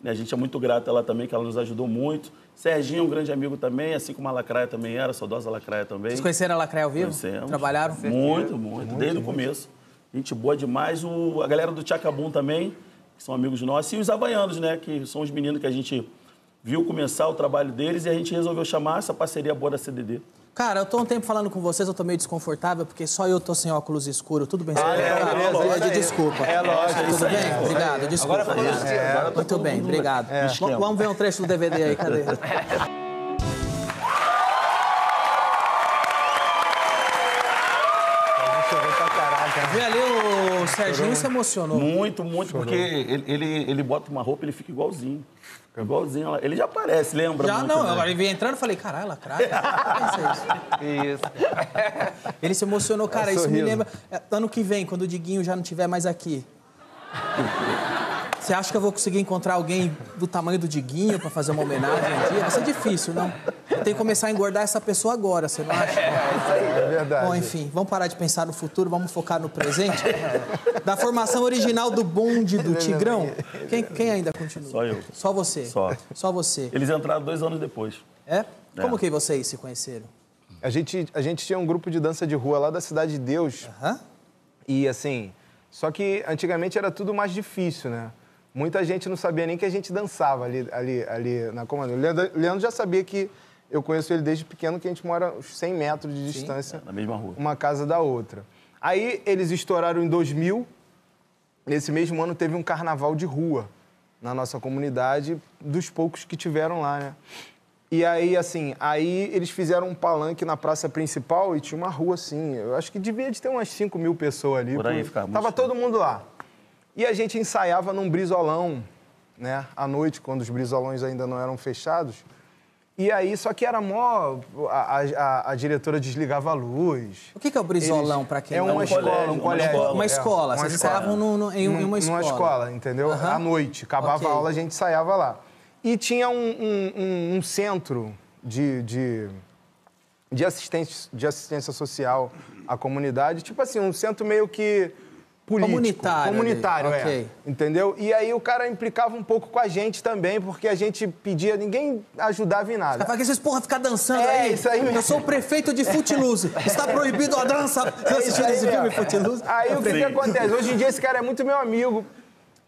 Speaker 13: Né, A gente é muito grato a ela também, que ela nos ajudou muito. Serginho é um grande amigo também, assim como a Lacraia também era, saudosa Lacraia também.
Speaker 3: Vocês conheceram a Lacraia ao vivo?
Speaker 13: Conhecemos.
Speaker 3: Trabalharam?
Speaker 13: Muito, muito, desde o começo. Gente boa demais. O, a galera do Tchacabum também, que são amigos nossos. E os havaianos, né? Que são os meninos que a gente viu começar o trabalho deles e a gente resolveu chamar essa parceria boa da CDD.
Speaker 3: Cara, eu tô um tempo falando com vocês, eu tô meio desconfortável, porque só eu tô sem óculos escuro. Tudo bem?
Speaker 13: Ah,
Speaker 3: senhor?
Speaker 13: é,
Speaker 3: Ah,
Speaker 13: beleza,
Speaker 3: eu
Speaker 13: é
Speaker 3: pedi
Speaker 13: isso aí.
Speaker 3: desculpa.
Speaker 13: É, lógico, é isso
Speaker 3: Tudo
Speaker 13: aí,
Speaker 3: bem?
Speaker 13: é isso aí.
Speaker 3: Obrigado, desculpa. É,
Speaker 13: Agora falou assim, agora tá
Speaker 3: Muito
Speaker 13: todo
Speaker 3: bem,
Speaker 13: mundo-
Speaker 3: obrigado.
Speaker 13: é.
Speaker 3: Vamos- Vamos ver um trecho do DVD aí, cadê?
Speaker 13: né?
Speaker 3: Vê ali o Serginho se emocionou.
Speaker 13: Muito, muito, porque ele, ele, ele bota uma roupa e ele fica igualzinho. Igualzinho. ela- Ele já aparece, lembra?
Speaker 3: Já
Speaker 13: muito,
Speaker 3: não,
Speaker 13: né?
Speaker 3: agora ele veio entrando e falei, caralho, lacraia. Que é isso. Ele se emocionou, cara,
Speaker 14: É
Speaker 3: isso me
Speaker 14: sorriso.
Speaker 3: lembra. é, Ano que vem, quando o Diguinho já não estiver mais aqui. Você acha que eu vou conseguir encontrar alguém do tamanho do Diguinho pra fazer uma homenagem um dia? Vai ser difícil, não? Eu tenho que começar a engordar essa pessoa agora, você não acha?
Speaker 14: É verdade.
Speaker 3: Bom, enfim, vamos parar de pensar no futuro, vamos focar no presente. Da formação original do bonde do Tigrão, quem, quem ainda continua?
Speaker 13: Só eu.
Speaker 3: Só você?
Speaker 13: Só.
Speaker 3: Só você.
Speaker 13: Eles entraram dois anos depois.
Speaker 3: É? Como
Speaker 13: É.
Speaker 3: que vocês se conheceram?
Speaker 14: A gente, a gente tinha um grupo de dança de rua lá da Cidade de Deus. E assim, só que antigamente era tudo mais difícil, né? Muita gente não sabia nem que a gente dançava ali, ali, ali na comanda. O Leandro, Leandro já sabia que eu conheço ele desde pequeno, que a gente mora a uns 100 metros de distância.
Speaker 13: Na mesma rua.
Speaker 14: Uma casa da outra. Aí eles estouraram em 2000. Nesse mesmo ano teve um carnaval de rua na nossa comunidade, dos poucos que tiveram lá, né? E aí, assim, aí eles fizeram um palanque na praça principal e tinha uma rua assim. Eu acho que devia de ter umas 5 mil pessoas ali.
Speaker 13: Por aí ficava muito
Speaker 14: Tava todo mundo lá. E a gente ensaiava num brisolão, né? À noite, quando os brisolões ainda não eram fechados. E aí, só que era mó. A, a- a- a diretora desligava a luz.
Speaker 3: O que, que é o brisolão, pra quem
Speaker 14: É
Speaker 3: não-
Speaker 14: uma escola, um colégio.
Speaker 3: Uma
Speaker 14: é.
Speaker 3: escola, vocês
Speaker 14: escola.
Speaker 3: ensaiavam no- no- em, em uma
Speaker 14: Num-
Speaker 3: escola.
Speaker 14: Numa escola, entendeu?
Speaker 3: Aham.
Speaker 14: À noite. Acabava
Speaker 3: Ok.
Speaker 14: a aula, a gente ensaiava lá. E tinha um, um- um- um centro de, de, de, assistência, de assistência social à comunidade. Tipo assim, um centro meio que político.
Speaker 3: Comunitário ali,
Speaker 14: Comunitário, é.
Speaker 3: ok.
Speaker 14: Entendeu? E aí o cara implicava um pouco com a gente também, porque a gente pedia, ninguém ajudava em nada.
Speaker 3: Pra que vocês, porra, ficar dançando
Speaker 14: É,
Speaker 3: aí?
Speaker 14: isso aí mesmo. É
Speaker 3: Eu sou o prefeito de Footloose. Está proibido a dança. Você assistiu esse filme, Footloose? É
Speaker 14: Aí o que, que
Speaker 3: Sim.
Speaker 14: acontece? Hoje em dia esse cara é muito meu amigo.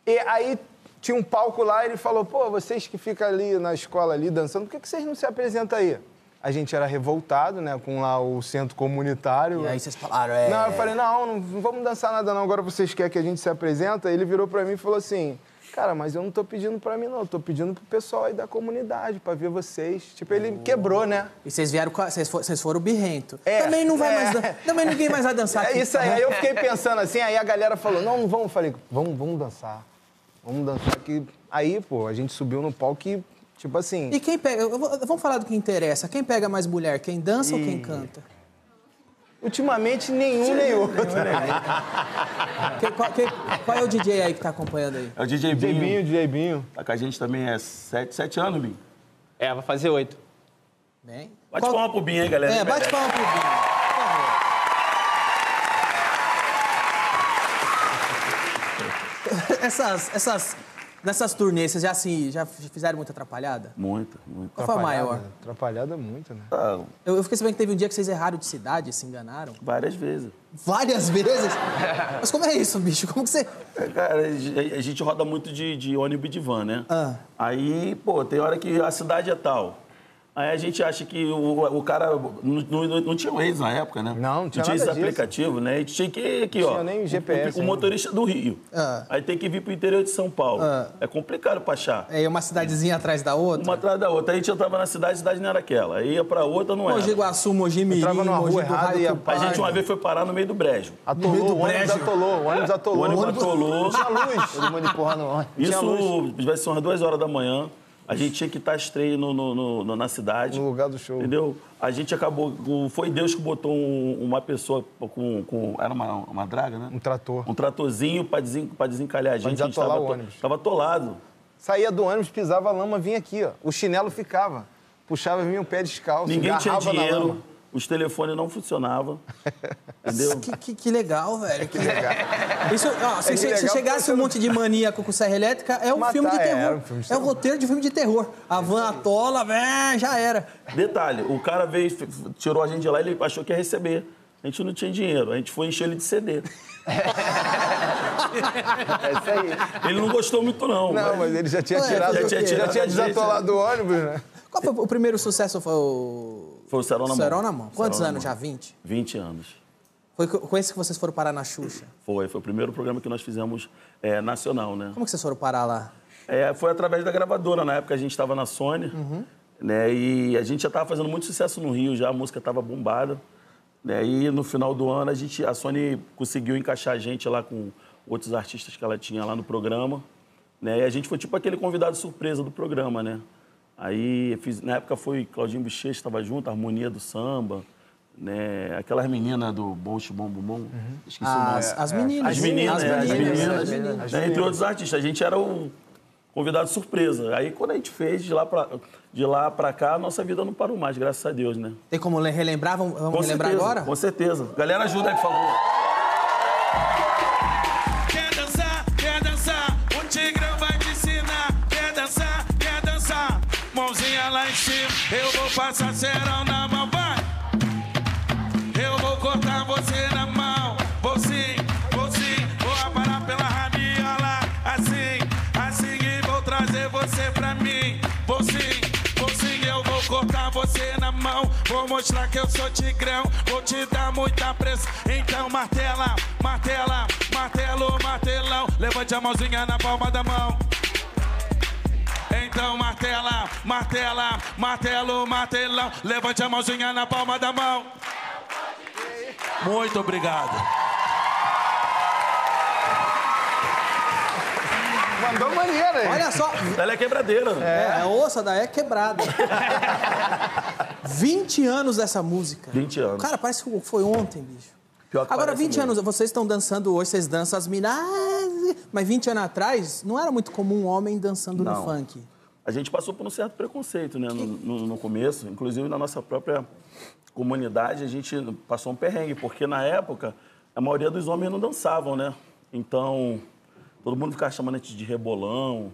Speaker 14: E aí tinha um palco lá, ele falou, pô, vocês que ficam ali na escola ali dançando, por que, que vocês não se apresentam aí? A gente era revoltado, né, com lá o centro comunitário.
Speaker 3: E aí vocês falaram, é...
Speaker 14: Não, eu falei, não, não vamos dançar nada não, agora vocês querem que a gente se apresenta? Ele virou pra mim e falou assim, cara, mas eu não tô pedindo pra mim não, eu tô pedindo pro pessoal aí da comunidade, pra ver vocês. Tipo, ele quebrou, né?
Speaker 3: E vocês vieram, com a- vocês fo- vocês foram birrento. Também não vai
Speaker 14: é.
Speaker 3: mais dan- Também ninguém mais vai dançar aqui.
Speaker 14: É isso aí. Aí eu fiquei pensando assim, aí a galera falou, não, não vamos. Eu falei, vamos, vamos dançar. Vamos dançar aqui. Aí, pô, a gente subiu no palco e, tipo assim...
Speaker 3: E quem pega... eu vou- Vamos falar do que interessa. Quem pega mais mulher? Quem dança ou quem canta?
Speaker 14: Ultimamente, nenhum nem outro.
Speaker 3: Quem- qual, quem- qual é o DJ aí que tá acompanhando aí?
Speaker 13: É o DJ
Speaker 3: DJ
Speaker 13: Binho.
Speaker 3: Binho,
Speaker 14: DJ Binho.
Speaker 13: Tá com a gente também é sete, sete anos, Binho.
Speaker 11: É, vai fazer oito.
Speaker 3: Bem.
Speaker 13: Bate palma pro Binho aí, galera.
Speaker 3: É, bate palma pro Binho. Essas, essas, nessas turnês, vocês já, assim, já fizeram muita atrapalhada?
Speaker 13: Muito, muito.
Speaker 3: Qual foi a maior?
Speaker 14: Atrapalhada, Atrapalhada muito, né?
Speaker 13: Ah,
Speaker 3: Eu, eu fiquei sabendo que teve um dia que vocês erraram de cidade, se enganaram.
Speaker 13: várias vezes.
Speaker 3: Várias vezes? Mas como é isso, bicho? Como que você...
Speaker 13: É, Cara, a gente roda muito de, de ônibus e de van, né?
Speaker 3: Ah.
Speaker 13: Aí, pô, tem hora que a cidade é tal. Aí a gente acha que o, o cara. Não, não, não tinha Waze na época, né? Não, não
Speaker 14: tinha
Speaker 13: tinha
Speaker 14: nada
Speaker 13: esse
Speaker 14: disso.
Speaker 13: aplicativo, né? E tinha que. que
Speaker 14: Não
Speaker 13: ó,
Speaker 14: tinha nem GPS
Speaker 13: O, o
Speaker 14: ainda.
Speaker 13: motorista do Rio.
Speaker 3: Ah.
Speaker 13: Aí tem que vir pro interior de São Paulo.
Speaker 3: Ah.
Speaker 13: É complicado pra achar.
Speaker 3: É uma cidadezinha atrás da outra?
Speaker 13: Uma atrás da outra. Aí a gente entrava na cidade, a cidade não era aquela. Aí ia pra outra, não era.
Speaker 3: Mogi Guaçu, Mogi Mirim,
Speaker 13: Entrava numa
Speaker 3: Mogi
Speaker 13: rua
Speaker 3: do
Speaker 13: errada
Speaker 3: Rádio
Speaker 13: e a-
Speaker 3: Cupai.
Speaker 13: A gente uma vez foi parar no meio do brejo.
Speaker 14: Atolou,
Speaker 13: No meio do
Speaker 14: o ônibus
Speaker 13: brejo.
Speaker 14: atolou, o ônibus atolou.
Speaker 13: O ônibus
Speaker 14: O ônibus-
Speaker 13: atolou.
Speaker 14: Não tinha luz. Todo mundo empurrando o ônibus. Não tinha
Speaker 13: Isso
Speaker 14: luz.
Speaker 13: vai ser umas duas horas da manhã. A gente tinha que estar estreio no, no- no- no- na cidade. No
Speaker 14: lugar do show.
Speaker 13: Entendeu? A gente acabou. o- Foi Deus que botou um- uma pessoa com. com- era uma, uma draga, né? Um
Speaker 14: trator.
Speaker 13: Um tratorzinho pra, desen, pra desencalhar a
Speaker 14: Pra
Speaker 13: gente. a gente
Speaker 14: desatolar
Speaker 13: tava
Speaker 14: o
Speaker 13: to-
Speaker 14: ônibus.
Speaker 13: Tava atolado.
Speaker 14: Saía do ônibus, pisava a lama, vinha aqui, ó. O chinelo ficava. Puxava, vinha o pé descalço,
Speaker 13: Ninguém tinha
Speaker 14: agarrava na lama.
Speaker 13: dinheiro. Os telefones não funcionavam. Entendeu?
Speaker 3: Que, que- que legal, velho. Que legal. Isso, ó, se,
Speaker 13: É que
Speaker 3: se- se
Speaker 13: legal
Speaker 3: chegasse um monte de maníaco com serra elétrica, é um
Speaker 13: Matar,
Speaker 3: filme de
Speaker 13: é,
Speaker 3: terror.
Speaker 13: é um filme de
Speaker 3: É o roteiro de filme de terror. A van atola, velho, já era.
Speaker 13: Detalhe, o cara veio, f- f- tirou a gente de lá e ele achou que ia receber. A gente não tinha dinheiro, a gente foi encher ele de CD.
Speaker 14: É isso aí.
Speaker 13: Ele não gostou muito, não.
Speaker 14: Não, mas ele já tinha
Speaker 13: Ué,
Speaker 14: tirado,
Speaker 13: já tinha tirado a gente,
Speaker 14: desatolado o ônibus, né?
Speaker 3: é? Qual foi o primeiro sucesso? Foi o...
Speaker 13: Foi o Serol na Mão.
Speaker 3: Serol na Mão. Quantos
Speaker 13: Serol na
Speaker 3: anos
Speaker 13: Mão.
Speaker 3: já? 20?
Speaker 13: 20 anos.
Speaker 3: Foi co- com esse que vocês foram parar na Xuxa.
Speaker 13: Foi, foi o primeiro programa que nós fizemos é, nacional, né?
Speaker 3: Como que vocês foram parar lá?
Speaker 13: É, foi através da gravadora, na época a gente estava na Sony, né? E a gente já estava fazendo muito sucesso no Rio, já a música estava bombada. Né? E no final do ano a, gente, a Sony conseguiu encaixar a gente lá com outros artistas que ela tinha lá no programa. Né? E a gente foi tipo aquele convidado surpresa do programa, né? Aí, eu fiz- na época foi Claudinho Bichet estava junto, a Harmonia do Samba, né? Aquelas meninas do Bolche Bom Bom Bom, esqueci o nome.
Speaker 3: Ah, As- as meninas.
Speaker 13: As meninas,
Speaker 3: As
Speaker 13: é, as
Speaker 3: meninas,
Speaker 13: meninas,
Speaker 3: as meninas.
Speaker 13: né?
Speaker 3: As
Speaker 13: Entre
Speaker 3: meninas.
Speaker 13: outros artistas. A gente era o convidado surpresa. Aí quando a gente fez, de lá pra, de lá pra cá, a nossa vida não parou mais, graças a Deus, né?
Speaker 3: Tem como le- relembrar? Vamos, vamos relembrar
Speaker 13: certeza,
Speaker 3: agora?
Speaker 13: Com certeza. Galera, ajuda aí, por favor.
Speaker 12: Quer dançar, quer dançar, o Tigrão vai te ensinar. Quer dançar, quer dançar, mãozinha lá em cima. Eu vou passar serão na mão, vai. Eu vou cortar você na mão, vou sim, vou sim. Vou aparar pela rabiola, assim, assim. E vou trazer você pra mim, vou sim. vou sim. Eu vou cortar você na mão, vou mostrar que eu sou tigrão, vou te dar muita pressão. Então martela, martela, martelo, martelão. Levante a mãozinha na palma da mão. Então Então martela, martela, martelo, martelão. Levante a mãozinha na palma da mão. Muito obrigado.
Speaker 14: Mandou maneiro, hein?
Speaker 3: Olha só.
Speaker 13: Ela é quebradeira.
Speaker 3: É, a ossa da é quebrada. 20 anos dessa música.
Speaker 13: 20 anos.
Speaker 3: Cara, parece que foi ontem, bicho.
Speaker 13: Pior que
Speaker 3: Agora,
Speaker 13: parece
Speaker 3: 20
Speaker 13: mesmo.
Speaker 3: anos, vocês estão dançando hoje, vocês dançam as minas. Mas 20 anos atrás, não era muito comum um homem dançando no
Speaker 13: Não.
Speaker 3: funk.
Speaker 13: A gente passou por um certo preconceito, né, no, no- no começo. Inclusive, na nossa própria comunidade, a gente passou um perrengue, porque na época, a maioria dos homens não dançavam, né? Então, todo mundo ficava chamando a gente de rebolão,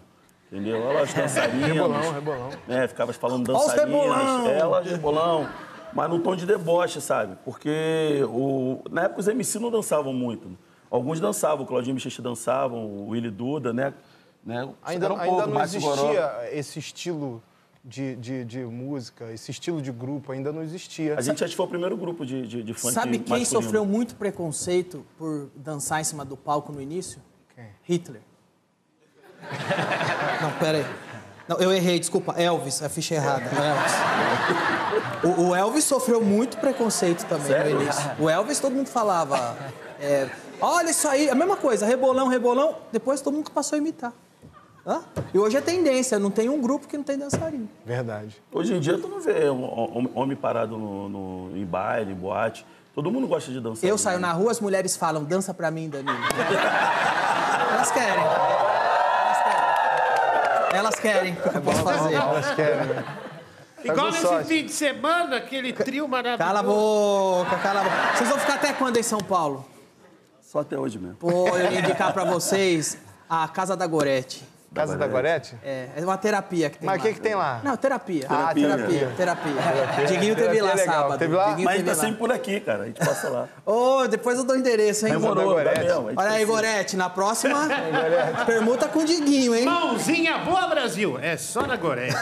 Speaker 13: entendeu? Olha lá os dançarinos.
Speaker 14: É, Rebolão, rebolão.
Speaker 13: É, ficava falando
Speaker 14: Olha os rebolão.
Speaker 13: dançarinas. é, Ela, rebolão. Mas num tom de deboche, sabe? Porque o... na época os MC não dançavam muito. Alguns dançavam, o Claudinho Bichichi dançavam, o Willy Duda, né? né?
Speaker 14: Ainda,
Speaker 13: Era um
Speaker 14: ainda
Speaker 13: pouco,
Speaker 14: não
Speaker 13: Márcio Goró.
Speaker 14: existia esse estilo de, de, de música, esse estilo de grupo ainda não existia.
Speaker 13: A gente acho que foi o primeiro grupo de, de, de funk
Speaker 3: Sabe quem
Speaker 13: masculino.
Speaker 3: sofreu muito preconceito por dançar em cima do palco no início? Quem? Hitler. Não, peraí. Não, eu errei, desculpa. Elvis, a ficha é errada. Elvis. O, o Elvis sofreu muito preconceito também
Speaker 13: Sério?
Speaker 3: no início. O Elvis, todo mundo falava. é, Olha isso aí, a mesma coisa, rebolão, rebolão. Depois todo mundo passou a imitar. Hã? E hoje é tendência, não tem um grupo que não tem dançarino.
Speaker 14: Verdade.
Speaker 13: Hoje em dia tu não vê um- um- homem parado no, no- em baile, em boate. Todo mundo gosta de dançar.
Speaker 3: Eu saio na rua, as mulheres falam, dança pra mim, Danilo. É. Elas querem. Elas querem. Elas querem, o
Speaker 14: É
Speaker 3: que eu posso fazer?
Speaker 14: Elas querem.
Speaker 1: é
Speaker 7: Igual nesse fim de semana, aquele trio maravilhoso.
Speaker 3: um Cala a boca, cala a boca. Vocês vão ficar até quando em São Paulo?
Speaker 13: Só até hoje mesmo.
Speaker 3: Pô, eu ia indicar pra vocês a Casa da Gorete.
Speaker 14: Casa da Gorete?
Speaker 3: É, é uma terapia que tem
Speaker 14: Mas
Speaker 3: lá.
Speaker 14: o que, que tem lá?
Speaker 3: Não, terapia.
Speaker 14: Ah,
Speaker 3: terapia.
Speaker 14: terapia.
Speaker 3: Terapia.
Speaker 14: Terapia.
Speaker 3: Diguinho teve
Speaker 14: Terapia
Speaker 3: lá
Speaker 14: é legal.
Speaker 3: sábado.
Speaker 14: Teve lá?
Speaker 3: Diguinho
Speaker 13: Mas a gente
Speaker 3: teve
Speaker 13: tá
Speaker 3: lá.
Speaker 13: sempre por aqui, cara. A gente passa lá.
Speaker 3: Ô, depois eu dou o endereço, hein?
Speaker 13: Demorou, dá mesmo, é
Speaker 3: Olha aí,
Speaker 13: difícil.
Speaker 3: Gorete, na próxima,
Speaker 7: Aí, Gorete.
Speaker 3: permuta com o Diguinho, hein?
Speaker 7: Mãozinha boa, Brasil. É só na Gorete.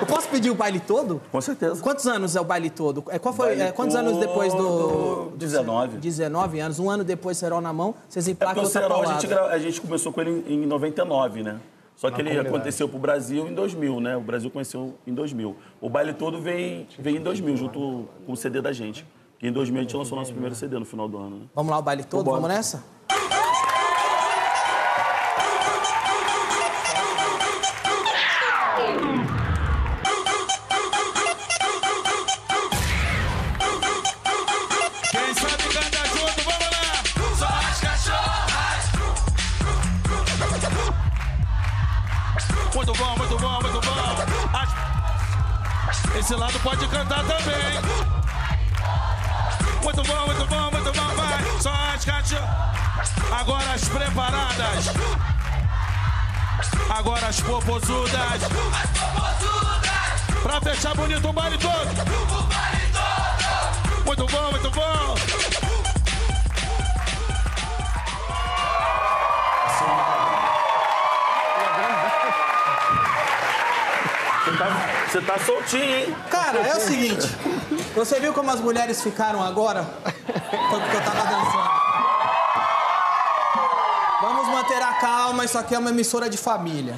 Speaker 3: Eu posso pedir o baile todo?
Speaker 13: Com certeza.
Speaker 3: Quantos anos é o baile todo? É, qual foi,
Speaker 13: Baile
Speaker 3: é, quantos anos depois do...
Speaker 13: todo, 19.
Speaker 3: 19 anos. Um ano depois, Serol na mão, vocês
Speaker 13: É porque
Speaker 3: emplacam
Speaker 13: o
Speaker 3: outra
Speaker 13: Serol, a
Speaker 3: paulada.
Speaker 13: gente, gra- a gente começou com ele em, em 99, né? Só que
Speaker 14: Na
Speaker 13: ele
Speaker 14: comunidade.
Speaker 13: aconteceu pro Brasil em 2000, né? O Brasil conheceu em 2000. O baile todo vem, vem em 2000, junto com o CD da gente. Porque em 2000 a gente lançou nosso primeiro CD no final do ano, né?
Speaker 3: Vamos lá, o baile todo?
Speaker 13: Vambora.
Speaker 3: Vamos nessa?
Speaker 12: Quem sabe canta junto, vamos lá! Só as cachorras! Muito bom, muito bom, muito bom! As- Esse lado pode cantar também! Muito bom, muito bom, muito bom, vai! Só as cachorras! Agora as preparadas! Agora as popozudas! Pra fechar bonito o baile todo! Muito bom, muito bom!
Speaker 13: Você tá, você tá soltinho, hein?
Speaker 3: Cara, é o seguinte. Você viu como as mulheres ficaram agora? Foi porque eu tava dançando. Vamos manter a calma, isso aqui é uma emissora de família.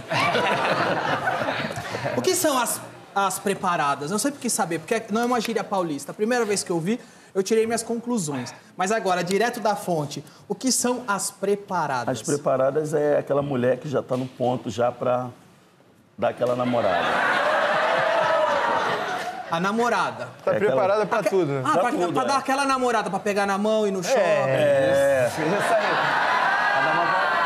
Speaker 3: O que são as, as preparadas? Eu sempre quis saber, porque não é uma gíria paulista. A primeira vez que eu vi, eu tirei minhas conclusões. Mas agora, direto da fonte, o que são as preparadas?
Speaker 13: As preparadas é aquela mulher que já tá no ponto já pra dar aquela namorada.
Speaker 3: A namorada.
Speaker 14: Tá
Speaker 13: É aquela-
Speaker 14: preparada pra tudo, né?
Speaker 3: Ah, pra, pra dar aquela namorada, pra pegar na mão e no shopping.
Speaker 13: É.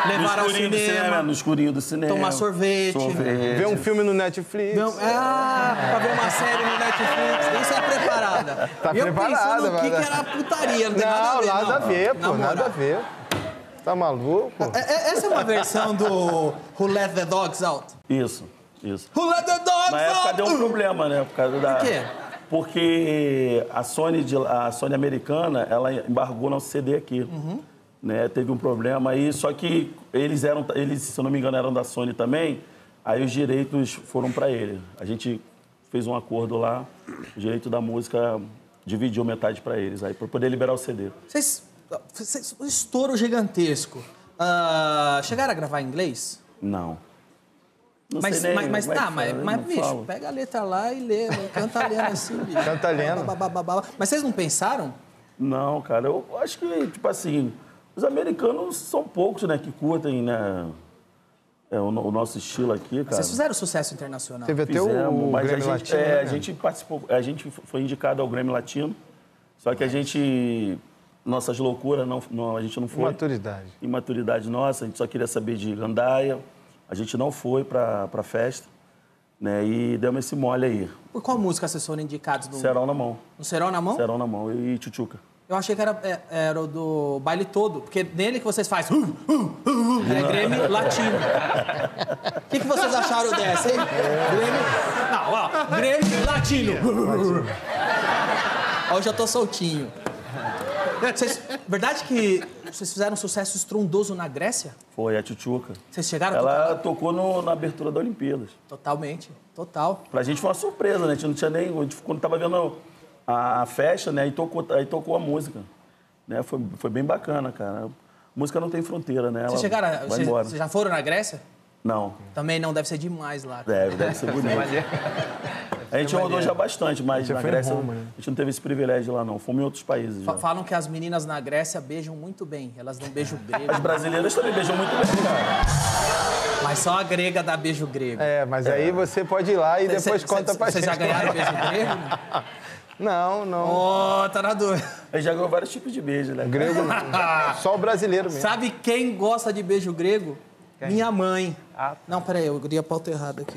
Speaker 3: Levar ao
Speaker 13: no escurinho do
Speaker 3: cinema.
Speaker 13: No escurinho do cinema.
Speaker 3: Tomar né? sorvete.
Speaker 13: Sorvete.
Speaker 14: Ver um filme no Netflix.
Speaker 3: Não, ah, pra ver uma série no Netflix. Isso é preparada.
Speaker 14: Tá
Speaker 3: E eu
Speaker 14: preparada,
Speaker 3: pensando o que,
Speaker 14: vai.
Speaker 3: que era a putaria, não tem nada a ver.
Speaker 14: nada a
Speaker 3: não.
Speaker 14: ver,
Speaker 3: Na
Speaker 14: pô, nada a
Speaker 3: moral.
Speaker 14: ver. Tá maluco?
Speaker 3: É- é- Essa é uma versão do Who Let the Dogs Out?
Speaker 13: Isso, isso.
Speaker 3: Who Let the Dogs
Speaker 13: Na época
Speaker 3: Out?
Speaker 13: deu um problema, né? Por causa da.
Speaker 3: Por quê?
Speaker 13: Porque a Sony, de- a Sony americana, ela embargou nosso CD aqui.
Speaker 3: Uhum.
Speaker 13: Né? Teve um problema aí, só que eles eram, eles, se eu não me engano, eram da Sony também. Aí os direitos foram pra ele. A gente fez um acordo lá, o direito da música dividiu metade pra eles aí, pra poder liberar o CD.
Speaker 3: Vocês, vocês- um estouro gigantesco. Ah, chegaram a gravar em inglês?
Speaker 13: Não. Não
Speaker 3: mas,
Speaker 13: sei nem
Speaker 3: mas, mas
Speaker 13: como é que
Speaker 3: tá, mas,
Speaker 13: fala,
Speaker 3: mas,
Speaker 13: não
Speaker 3: bicho,
Speaker 13: falo.
Speaker 3: pega a letra lá e lê, mano. canta a lenda assim, bicho.
Speaker 13: Canta a lenda.
Speaker 3: Ba, ba, ba, ba, ba. Mas vocês não pensaram?
Speaker 13: Não, cara, eu acho que, tipo assim, os americanos são poucos, né, que curtem, né, é, o, no- o nosso estilo aqui, cara.
Speaker 3: Vocês fizeram sucesso internacional.
Speaker 13: Fizemos, mas a gente, é,
Speaker 3: né?
Speaker 13: a gente participou, a gente foi indicado ao Grêmio Latino, só que a gente, nossas loucuras, não, não, a gente não foi.
Speaker 14: Imaturidade.
Speaker 13: Imaturidade nossa, a gente só queria saber de gandaia, a gente não foi pra, pra festa, né, e demos esse mole aí.
Speaker 3: Por qual música vocês foram indicados? No...
Speaker 13: Serol na mão.
Speaker 3: No Serol Um na mão?
Speaker 13: Serol na mão e Tchutchuca.
Speaker 3: Eu achei que era, é, era o do baile todo, porque nele que vocês fazem... Uh, uh, uh, uh, é Grêmio Latino. O que, que vocês acharam dessa, hein? Grêmio... Não, ó, Grêmio Latino. uh, Ó, eu já tô soltinho. Vocês- verdade que vocês fizeram um sucesso estrondoso na Grécia?
Speaker 13: Foi a Tchutchuca.
Speaker 3: Vocês chegaram a
Speaker 13: Ela tocou no- na abertura da Olimpíadas.
Speaker 3: Totalmente, total.
Speaker 13: Pra gente foi uma surpresa, né? A gente não tinha nem. a gente- quando tava vendo a, a festa, né? Aí tocou, aí tocou a música. Né? Foi, foi bem bacana, cara. Música não tem fronteira, né? Ela
Speaker 3: Vocês chegaram... a-
Speaker 13: vai
Speaker 3: Vocês,
Speaker 13: embora.
Speaker 3: vocês já foram na Grécia?
Speaker 13: Não.
Speaker 3: Também não, deve ser demais lá.
Speaker 13: Deve, deve ser bonito.
Speaker 3: é-
Speaker 13: A gente rodou já bastante, mas
Speaker 3: Você
Speaker 13: na
Speaker 3: é foi em
Speaker 13: Grécia
Speaker 3: Roma, né?
Speaker 13: a gente não teve esse privilégio lá, não. Fomos em outros países.
Speaker 3: Fa-
Speaker 13: Já.
Speaker 3: Falam que as meninas na Grécia beijam muito bem. Elas não beijam grego.
Speaker 13: As brasileiras também beijam muito bem, né, cara.
Speaker 3: Mas só a grega dá beijo grego.
Speaker 14: É, mas aí você pode ir lá e
Speaker 3: Cê-
Speaker 14: depois
Speaker 3: cê-
Speaker 14: conta
Speaker 3: cê-
Speaker 14: pra
Speaker 3: vocês
Speaker 14: gente.
Speaker 3: já ganharam beijo grego?
Speaker 14: Não, não.
Speaker 3: Ô, tá na dúvida.
Speaker 13: A gente já ganhou vários tipos de beijo, né?
Speaker 14: Grego, não. só o brasileiro mesmo.
Speaker 3: Sabe quem gosta de beijo grego? Minha mãe.
Speaker 14: Ah.
Speaker 3: Não, peraí, eu li a pauta errada aqui.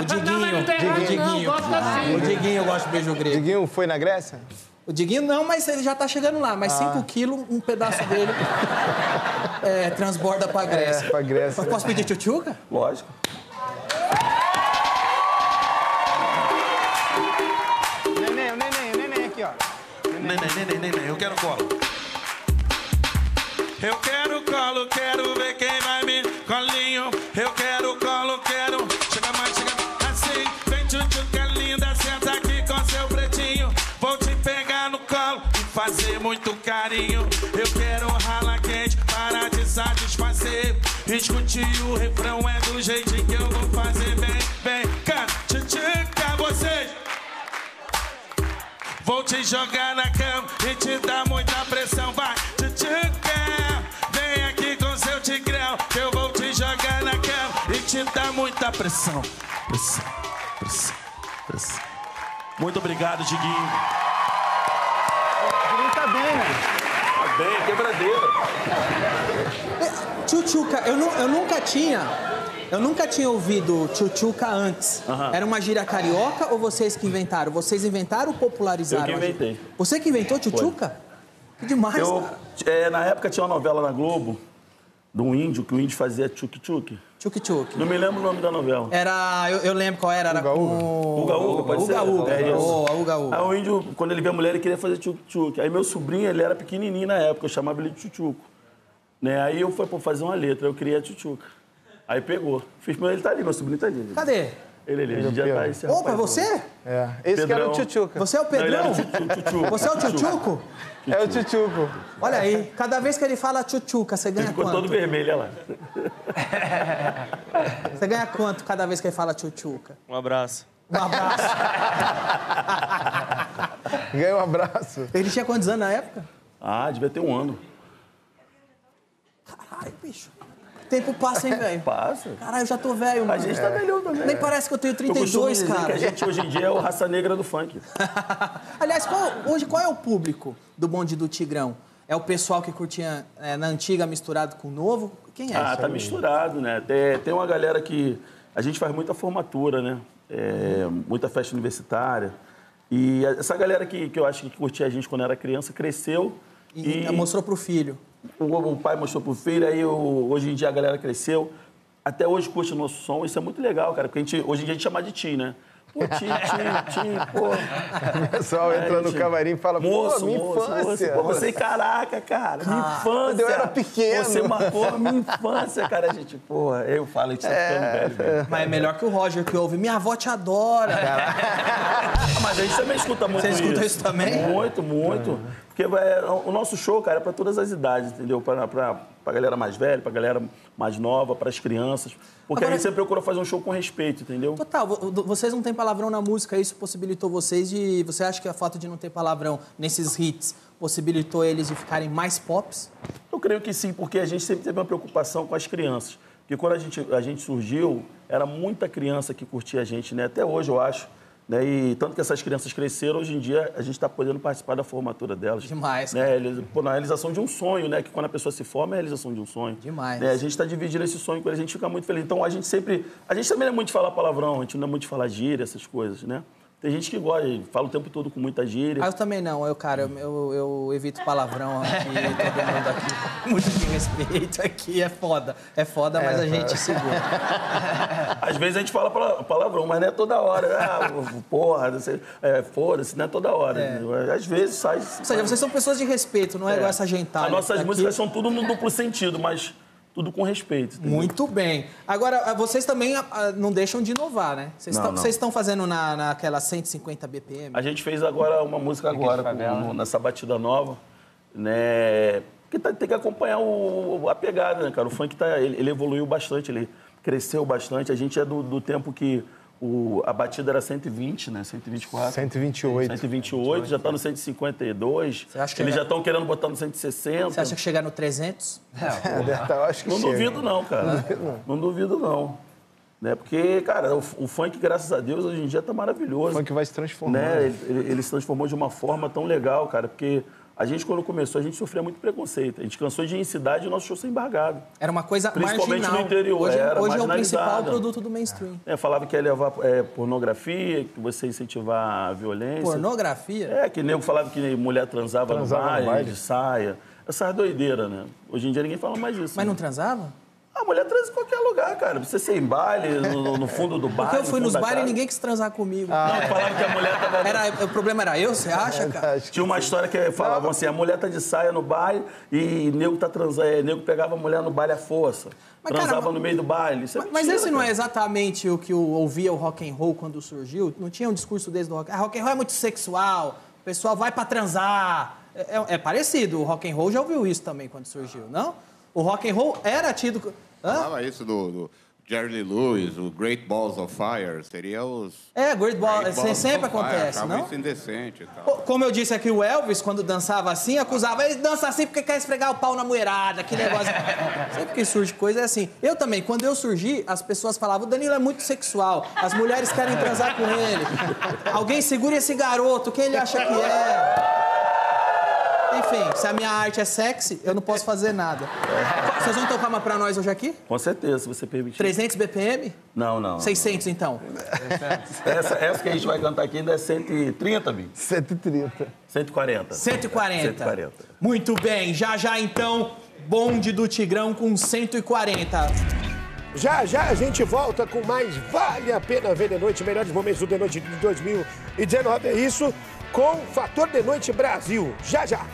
Speaker 3: O Diguinho.
Speaker 14: mas não tá errado,
Speaker 3: o
Speaker 14: não,
Speaker 3: Diguinho. Ah,
Speaker 14: gosta assim. sim.
Speaker 3: o Diguinho gosta de beijo grego.
Speaker 14: Diguinho foi na Grécia?
Speaker 3: O Diguinho não, mas ele já tá chegando lá. Mas
Speaker 14: Ah.
Speaker 3: 5 quilos, um pedaço dele é, transborda pra Grécia.
Speaker 14: É, pra Grécia.
Speaker 3: Mas posso pedir tchutchuca?
Speaker 13: Lógico.
Speaker 14: Neném, o neném, o neném aqui, ó.
Speaker 12: Neném, neném, neném, eu quero colo. Eu quero colo, quero ver quem vai me colinho. Eu quero colo, quero. Chega mais, chega assim. Vem, tchutchuca é linda, senta aqui com seu pretinho. Vou te pegar no colo e fazer muito carinho. Eu quero rala quente para te satisfazer. Escute o refrão, é do jeitinho que eu vou fazer. Vem, vem, canta, tchutchuca, vocês. Vou te jogar na cama e te dar muita pressão, vai. Tchutchuca, vem aqui com seu tigrão. que Eu vou te jogar na cama e te dar muita pressão. Pressão, pressão, pressão.
Speaker 13: Muito obrigado, Diguinho.
Speaker 14: Ele tá bem, né?
Speaker 13: Tá bem, quebradeira. É.
Speaker 3: Tchutchuca, eu, nu- eu nunca tinha. Eu nunca tinha ouvido tchutchuca antes. Era uma gíria carioca ou vocês que inventaram? Vocês inventaram ou
Speaker 13: Eu
Speaker 3: popularizaram?
Speaker 13: que
Speaker 3: a gíria?
Speaker 13: inventei.
Speaker 3: Você que inventou tchutchuca? Que demais,
Speaker 13: Eu,
Speaker 3: cara.
Speaker 13: é, na época tinha uma novela na Globo de um índio, que o índio fazia tchuk-tchuk.
Speaker 3: Tchuk-tchuk.
Speaker 13: Não me lembro o nome da novela.
Speaker 3: Era. Eu, eu lembro qual é. era. Era com.
Speaker 13: Uga Uga, pode ser?
Speaker 3: Uga Uga.
Speaker 13: É isso.
Speaker 3: Boa, Uga Uga.
Speaker 13: Aí o índio, quando ele vê a mulher, ele queria fazer tchuk-tchuk. Aí meu sobrinho, ele era pequenininho na época, eu chamava ele de tchutchuco. Né? Aí eu fui pô, fazer uma letra, eu criei a tchutchuca. Aí pegou. Fiz, meu, ele tá ali, meu sobrinho tá ali.
Speaker 3: Cadê?
Speaker 13: Ele ali,
Speaker 14: Ele
Speaker 13: ele
Speaker 14: é
Speaker 13: já
Speaker 14: Pedro.
Speaker 13: tá esse
Speaker 3: Opa,
Speaker 13: rapaz.
Speaker 3: você?
Speaker 14: É. Esse que era o
Speaker 13: Pedrão.
Speaker 14: Tchutchuca.
Speaker 3: Você é o
Speaker 13: Não, ele era
Speaker 3: Pedrão?
Speaker 13: tchutchu- tchutchuco.
Speaker 3: Você é o tchutchuco?
Speaker 14: É o Tchutchuco.
Speaker 3: Olha aí, cada vez que ele fala tchutchuca, você ganha
Speaker 13: Ficou
Speaker 3: quanto?
Speaker 13: todo vermelho, olha lá.
Speaker 3: Você ganha quanto cada vez que ele fala tchutchuca?
Speaker 10: Um abraço.
Speaker 3: Um abraço.
Speaker 14: Ganha um abraço.
Speaker 3: Ele tinha quantos anos na época?
Speaker 13: Ah, devia ter um ano.
Speaker 3: Ai, bicho. Tempo passa, hein, velho?
Speaker 13: Passa.
Speaker 3: Caralho, eu já tô velho, mano.
Speaker 13: gente tá velhão também.
Speaker 3: Nem parece que eu tenho
Speaker 13: eu
Speaker 3: 32,
Speaker 13: costumo dizer
Speaker 3: cara.
Speaker 13: que a gente hoje em dia é o raça negra do funk.
Speaker 3: Aliás, qual- hoje qual é o público do bonde do Tigrão? É o pessoal que curtia é, na antiga misturado com o novo? Quem é?
Speaker 13: Ah,
Speaker 3: esse?
Speaker 13: tá misturado, né? Tem, tem uma galera que. A gente faz muita formatura, né? É, muita festa universitária. E a- essa galera que, que eu acho que curtia a gente quando era criança cresceu.
Speaker 3: E mostrou pro filho.
Speaker 13: O, o pai mostrou pro filho, aí o- hoje em dia a galera cresceu. Até hoje curte o nosso som, isso é muito legal, cara. Porque a gente, hoje em dia a gente chama de Tim, né? Pô, Tim, Tim, Tim, pô.
Speaker 14: O pessoal
Speaker 13: É,
Speaker 14: entra no
Speaker 13: gente.
Speaker 14: camarim e fala,
Speaker 13: Moço,
Speaker 14: pô, minha
Speaker 13: moço,
Speaker 14: infância.
Speaker 13: moço. Pô, você, caraca, cara, minha
Speaker 14: Ah,
Speaker 13: infância.
Speaker 14: quando eu era pequeno.
Speaker 13: Você marcou a minha infância, cara. A gente, porra, eu falo, a gente tá ficando velho, velho.
Speaker 3: Mas é melhor que o Roger que ouve. Minha avó te adora.
Speaker 13: Mas a gente também escuta muito
Speaker 3: Você
Speaker 13: isso.
Speaker 3: escuta isso também?
Speaker 13: Uhum. Muito, muito. Porque é, o nosso show, cara, é pra todas as idades, entendeu? Pra, pra pra galera mais velha, pra galera mais nova, pras crianças. Porque
Speaker 3: Agora-
Speaker 13: a gente sempre procura fazer um show com respeito, entendeu?
Speaker 3: Total, vo- vo- vocês não têm palavrão na música, isso possibilitou vocês de. Você acha que o fato de não ter palavrão nesses hits possibilitou eles de ficarem mais pops?
Speaker 13: Eu creio que sim, porque a gente sempre teve uma preocupação com as crianças. Porque quando a gente, a gente surgiu, era muita criança que curtia a gente, né? Até hoje, eu acho. Né? E tanto que essas crianças cresceram, hoje em dia a gente está podendo participar da formatura delas. Demais. Né? Eles- pô, na realização de um sonho, né? Que quando a pessoa se forma, é a realização de um sonho. Demais. A gente está dividindo esse sonho com eles, a gente fica muito feliz. Então a gente sempre. A gente também não é muito de falar palavrão, a gente não é muito de falar gíria, essas coisas, né? Tem gente que gosta, fala o tempo todo com muita gíria.
Speaker 3: Ah, eu também não, eu, cara, eu, eu- eu evito palavrão aqui, todo mundo aqui. Muito de respeito aqui, é foda. É foda, mas
Speaker 13: É,
Speaker 3: a gente
Speaker 13: cara.
Speaker 3: segura.
Speaker 13: Às vezes a gente fala pala- palavrão, mas não é toda hora. Ah, porra, não sei, é, foda-se, não é toda hora. Às vezes sai.
Speaker 3: Ou seja, vocês são pessoas de respeito, não é, igual essa gentalha.
Speaker 13: As nossas
Speaker 3: que tá aqui.
Speaker 13: músicas são tudo no duplo sentido, mas tudo com respeito. entendeu?
Speaker 3: Muito bem. Agora, ah, vocês também ah, ah, não deixam de inovar, né? Vocês
Speaker 13: Não,
Speaker 3: tão-
Speaker 13: não.
Speaker 3: vocês estão fazendo na, naquela 150 BPM?
Speaker 13: A gente fez agora uma música agora, com- no- nessa batida nova, né? Porque tá- tem que acompanhar o- a pegada, né, cara? O funk tá, ele, ele evoluiu bastante, ele cresceu bastante. A gente é do, do tempo que o- a batida era 120, né? 124.
Speaker 14: 128.
Speaker 13: 128, já tá no 152.
Speaker 3: acha que é
Speaker 13: Eles
Speaker 3: era-
Speaker 13: já estão querendo botar no 160.
Speaker 3: Você acha que chegar no 300? É
Speaker 13: Não, não duvido não, cara. Não duvido não. Né? Porque, cara, o, o funk, graças a Deus, hoje em dia tá maravilhoso. O funk
Speaker 14: vai se transformando.
Speaker 13: Né? Ele, ele- ele se transformou de uma forma tão legal, cara, porque a gente, quando começou, a gente sofria muito preconceito. A gente cansou de ir em cidade e o nosso show ser embargado.
Speaker 3: Era uma coisa
Speaker 13: Principalmente
Speaker 3: marginal.
Speaker 13: no interior,
Speaker 3: Hoje,
Speaker 13: era
Speaker 3: hoje é o principal
Speaker 13: marginalizada.
Speaker 3: produto do mainstream.
Speaker 13: É, falava que ia levar é, pornografia, que você ia incentivar a violência.
Speaker 3: Pornografia?
Speaker 13: É, que nego falava que mulher transava,
Speaker 3: Transava no
Speaker 13: no, baile,
Speaker 3: baile.
Speaker 13: de saia. Essas doideiras, né? Hoje em dia ninguém fala mais isso. né?
Speaker 3: Mas não transava?
Speaker 13: A mulher transa em qualquer lugar, cara. Precisa ser em baile, no, no fundo do bar.
Speaker 3: Porque eu fui nos bailes e ninguém quis transar comigo.
Speaker 13: Ah,
Speaker 3: não,
Speaker 13: falava que a mulher tava...
Speaker 3: Era, o problema era eu, você acha, cara?
Speaker 13: Tinha uma história que falavam assim, a mulher tá de saia no baile e nego tá transando. é, nego pegava a mulher no baile à força. transava no meio do baile. Isso é
Speaker 3: Mas
Speaker 13: mentira,
Speaker 3: esse não é
Speaker 13: cara.
Speaker 3: exatamente o que eu ouvia o rock and roll quando surgiu? Não tinha um discurso desse do rock. Ah, rock and roll é muito sexual, o pessoal vai pra transar. É, é- é parecido, o rock and roll já ouviu isso também quando surgiu, não? O rock and roll era tido co- Hã?
Speaker 5: Falava isso do, do Jerry Lee Lewis, o Great Balls of Fire, seria os...
Speaker 3: É, Great Ball,
Speaker 5: Great
Speaker 3: se-
Speaker 5: Balls
Speaker 3: sempre
Speaker 5: of Fire,
Speaker 3: acontece,
Speaker 5: achava
Speaker 3: não?
Speaker 5: isso indecente e tal.
Speaker 3: Pô, Como eu disse aqui, o Elvis, quando dançava assim, acusava, ele dança assim porque quer esfregar o pau na mulherada, que negócio. Sempre que surge coisa é assim. Eu também, quando eu surgi, as pessoas falavam, o Danilo é muito sexual, as mulheres querem transar com ele. Alguém segura esse garoto, quem ele acha que é? Enfim, se a minha arte é sexy, eu não posso fazer nada. Vocês vão tocar uma pra nós hoje aqui?
Speaker 13: Com certeza, se você permitir.
Speaker 3: 300 BPM?
Speaker 13: Não, não.
Speaker 3: 600, então.
Speaker 13: É, Essa, essa que a gente vai cantar aqui ainda é 130, Bi?
Speaker 14: 130.
Speaker 13: 140.
Speaker 3: 140.
Speaker 13: 140.
Speaker 3: Muito bem, já já então, bonde do Tigrão com 140.
Speaker 1: Já, já a gente volta com mais Vale a Pena Ver de Noite, melhores momentos do De Noite de 2019, é isso, com Fator de Noite Brasil. Já, já.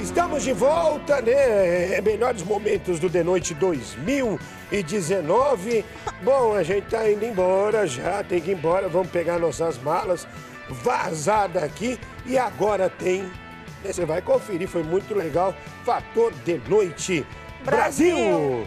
Speaker 1: Estamos de volta, né? É, Melhores momentos do The Noite 2019. Bom, a gente tá indo embora já, tem que ir embora. Vamos pegar nossas malas, vazar daqui. E agora tem, né, você vai conferir, foi muito legal. Fator The Noite Brasil!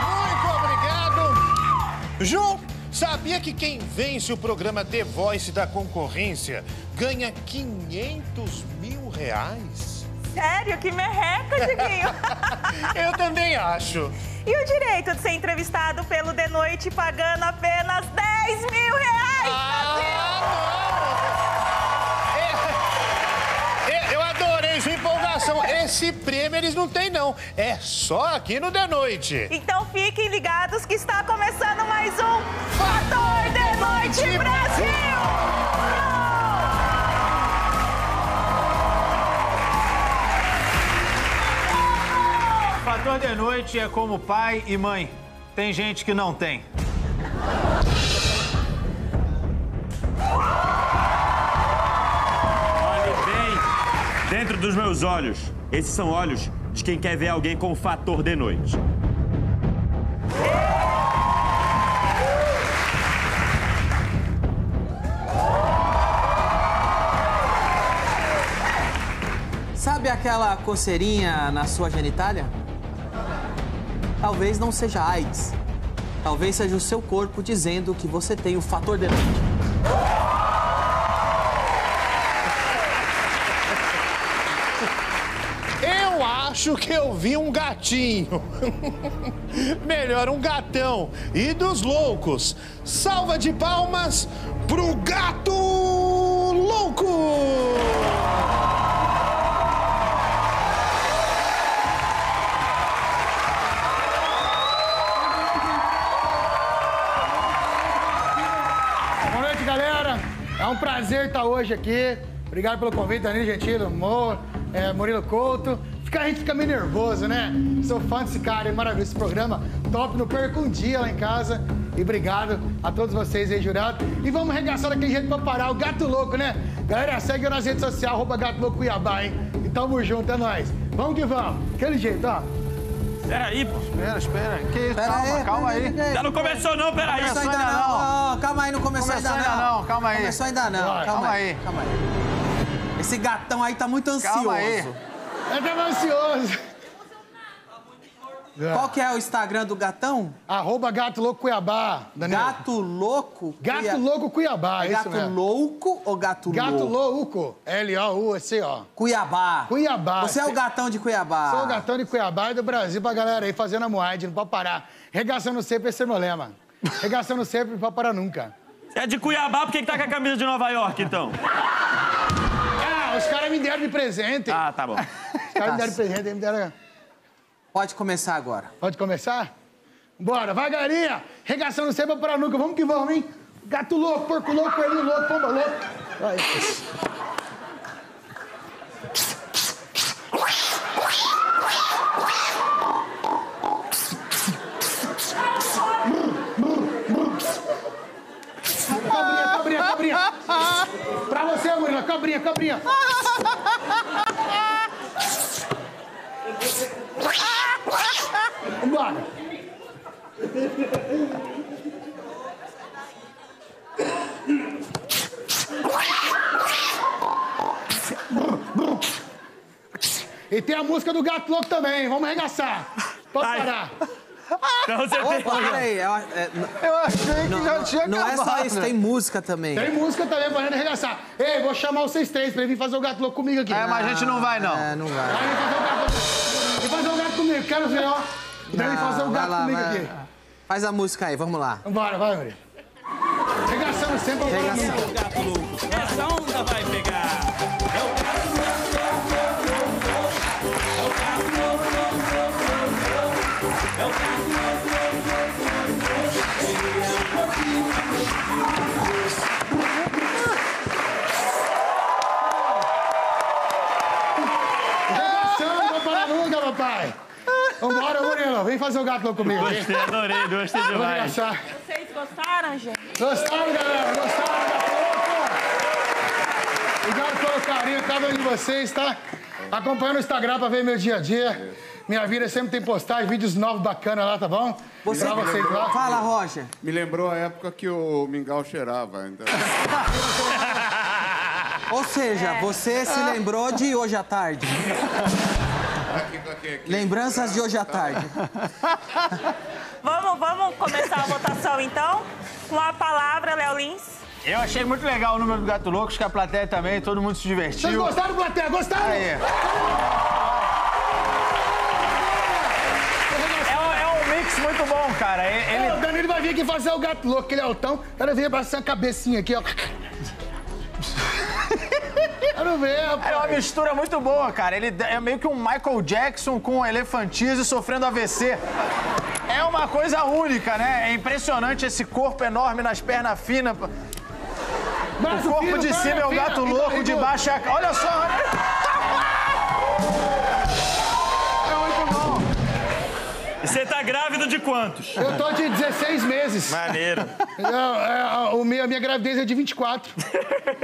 Speaker 7: Muito obrigado! Ju, sabia que quem vence o programa The Voice da concorrência ganha 500 mil reais?
Speaker 2: Sério? Que merreca, Diguinho!
Speaker 7: Eu também acho.
Speaker 2: E o direito de ser entrevistado pelo The Noite pagando apenas 10 mil reais,
Speaker 7: Ah, É, Eu adorei sua empolgação. Esse prêmio eles não têm, não. É só aqui no The Noite.
Speaker 2: Brasil! Então fiquem ligados que está começando mais um Fator The Noite Brasil!
Speaker 15: de noite é como pai e mãe. Tem gente que não tem.
Speaker 10: Dentro dos meus olhos, esses são olhos de quem quer ver alguém com o fator de noite.
Speaker 3: Sabe aquela coceirinha na sua genitália? Talvez não seja AIDS. Talvez seja o seu corpo dizendo que você tem o fator de noite.
Speaker 7: Eu acho que eu vi um gatinho. Melhor, um gatão. E dos loucos. Salva de palmas pro gato louco!
Speaker 16: Boa noite, galera. É um prazer estar hoje aqui. Obrigado pelo convite, Danilo Gentili, Mo, é, Murilo Couto. Fica, a gente fica meio nervoso, né? Sou fã desse cara, é maravilhoso esse programa. Top, não perco um dia lá em casa. E obrigado a todos vocês aí, jurado. E vamos arregaçar daquele jeito pra parar o Gato Louco, né? Galera, segue eu nas redes sociais, arroba Gato Louco Cuiabá, hein? E tamo junto, é nóis. Vamos que vamos. Aquele jeito, ó.
Speaker 10: Espera aí, pô.
Speaker 16: Espera, espera. Que isso?
Speaker 3: Calma, calma aí.
Speaker 10: Já não começou não, peraí.
Speaker 3: Começou ainda não. Calma aí, não começou,
Speaker 16: Começou
Speaker 3: ainda,
Speaker 16: ainda
Speaker 3: não.
Speaker 16: não, calma aí.
Speaker 3: Começou ainda não. Calma,
Speaker 16: Bora. Calma
Speaker 3: aí. Calma aí. Esse gatão aí tá muito ansioso.
Speaker 16: Calma aí. Eu tava ansioso.
Speaker 3: Qual que é o Instagram do gatão?
Speaker 16: Arroba Gato Louco Cuiabá.
Speaker 3: Gato Louco?
Speaker 16: Gato
Speaker 3: Cuia-
Speaker 16: Louco Cuiabá,
Speaker 3: É
Speaker 16: isso
Speaker 3: gato
Speaker 16: mesmo.
Speaker 3: louco ou gato,
Speaker 16: Gato
Speaker 3: louco?
Speaker 16: Louco. L-O-U, assim, ó.
Speaker 3: Cuiabá.
Speaker 16: Cuiabá.
Speaker 3: Você é o gatão de Cuiabá.
Speaker 16: Sou o gatão de Cuiabá e do Brasil pra galera aí fazendo a moaide, não pode parar. Regaçando sempre esse é lema. Regaçando sempre, não pode parar nunca.
Speaker 10: Você é de Cuiabá, por que que tá com a camisa de Nova York, então?
Speaker 16: Ah, os caras me deram de presente.
Speaker 10: Ah, tá bom.
Speaker 16: Os caras me deram de presente, me deram...
Speaker 3: Pode começar agora.
Speaker 16: Pode começar? Bora, vai, galerinha. Regaçando sempre, não pode parar nunca. Vamos que vamos, hein? Gato louco, porco louco, coelhinho louco, pomba louco. Vai. Cobrinha, cobrinha, cobrinha. Pra você, Murilo, cobrinha, cobrinha. Vambora. E tem a música do Gato Louco também, vamos arregaçar. Pode parar.
Speaker 10: Não, você
Speaker 3: Opa, peraí. Eu, é,
Speaker 16: Eu achei que já tinha
Speaker 3: Não é só
Speaker 16: acabado.
Speaker 3: isso, tem música também.
Speaker 16: Tem música também pra gente arregaçar. Ei, vou chamar vocês três pra ele vir fazer o gato louco comigo aqui. É,
Speaker 3: Ah, mas a gente não vai, não. É, não vai.
Speaker 16: Vem fazer o gato comigo, quero ver, ó. Vem
Speaker 3: Não,
Speaker 16: fazer o
Speaker 3: vai
Speaker 16: gato
Speaker 3: lá,
Speaker 16: comigo
Speaker 3: vai-
Speaker 16: aqui.
Speaker 3: Faz a música aí, vamos lá.
Speaker 16: Vambora, vai, Maria. Arregaçando é sempre,
Speaker 3: Arregaçando.
Speaker 16: vamos gato louco.
Speaker 12: Essa onda vai pegar.
Speaker 16: Arregaçando, vou parar nunca, papai. Vambora, Murilo, vem fazer o gato louco comigo. hein?
Speaker 10: Gostei, adorei, gostei
Speaker 16: Vamos
Speaker 10: demais.
Speaker 16: arregaçar.
Speaker 2: Vocês gostaram, gente?
Speaker 16: Gostaram, galera? Gostaram? Obrigado pelo carinho, cada um de vocês, tá? Acompanhando o Instagram pra ver meu dia a dia. Minha vida sempre tem postagem, vídeos novos bacanas lá, tá bom?
Speaker 5: Você-
Speaker 16: pra vocês lá.
Speaker 5: Fala,
Speaker 3: Roger.
Speaker 5: Me lembrou a época que o mingau cheirava. Então...
Speaker 3: Ou seja, você
Speaker 16: É.
Speaker 3: se lembrou de hoje à tarde. Lembranças de hoje à tarde.
Speaker 17: Vamos, vamos começar a votação então? Com a palavra, Léo Lins.
Speaker 15: Eu achei muito legal o número do Gato Louco, acho que a plateia também, todo mundo se divertiu.
Speaker 16: Vocês gostaram, plateia? Gostaram?
Speaker 15: Aí. É um mix muito bom, cara. E- Ele...
Speaker 16: Ô, O Danilo vai vir aqui fazer o gato louco, que ele é altão. Quero ver abraçar a cabecinha aqui, ó. Quero ver, rapaz.
Speaker 15: É uma mistura muito boa, cara. Ele é meio que um Michael Jackson com um elefantismo sofrendo AVC. É uma coisa única, né? É impressionante esse corpo enorme nas pernas finas.
Speaker 16: Mas
Speaker 15: o
Speaker 16: o
Speaker 15: corpo
Speaker 16: fino,
Speaker 15: de
Speaker 16: perna
Speaker 15: cima é o
Speaker 16: fina.
Speaker 15: gato
Speaker 16: Então,
Speaker 15: louco,
Speaker 16: Igor.
Speaker 15: de baixo é a... Olha só, olha... É muito bom.
Speaker 18: E Você tá grávido de quantos?
Speaker 16: Eu tô de 16 meses.
Speaker 18: Maneiro.
Speaker 16: Eu- é, o meu- a minha gravidez é de 24.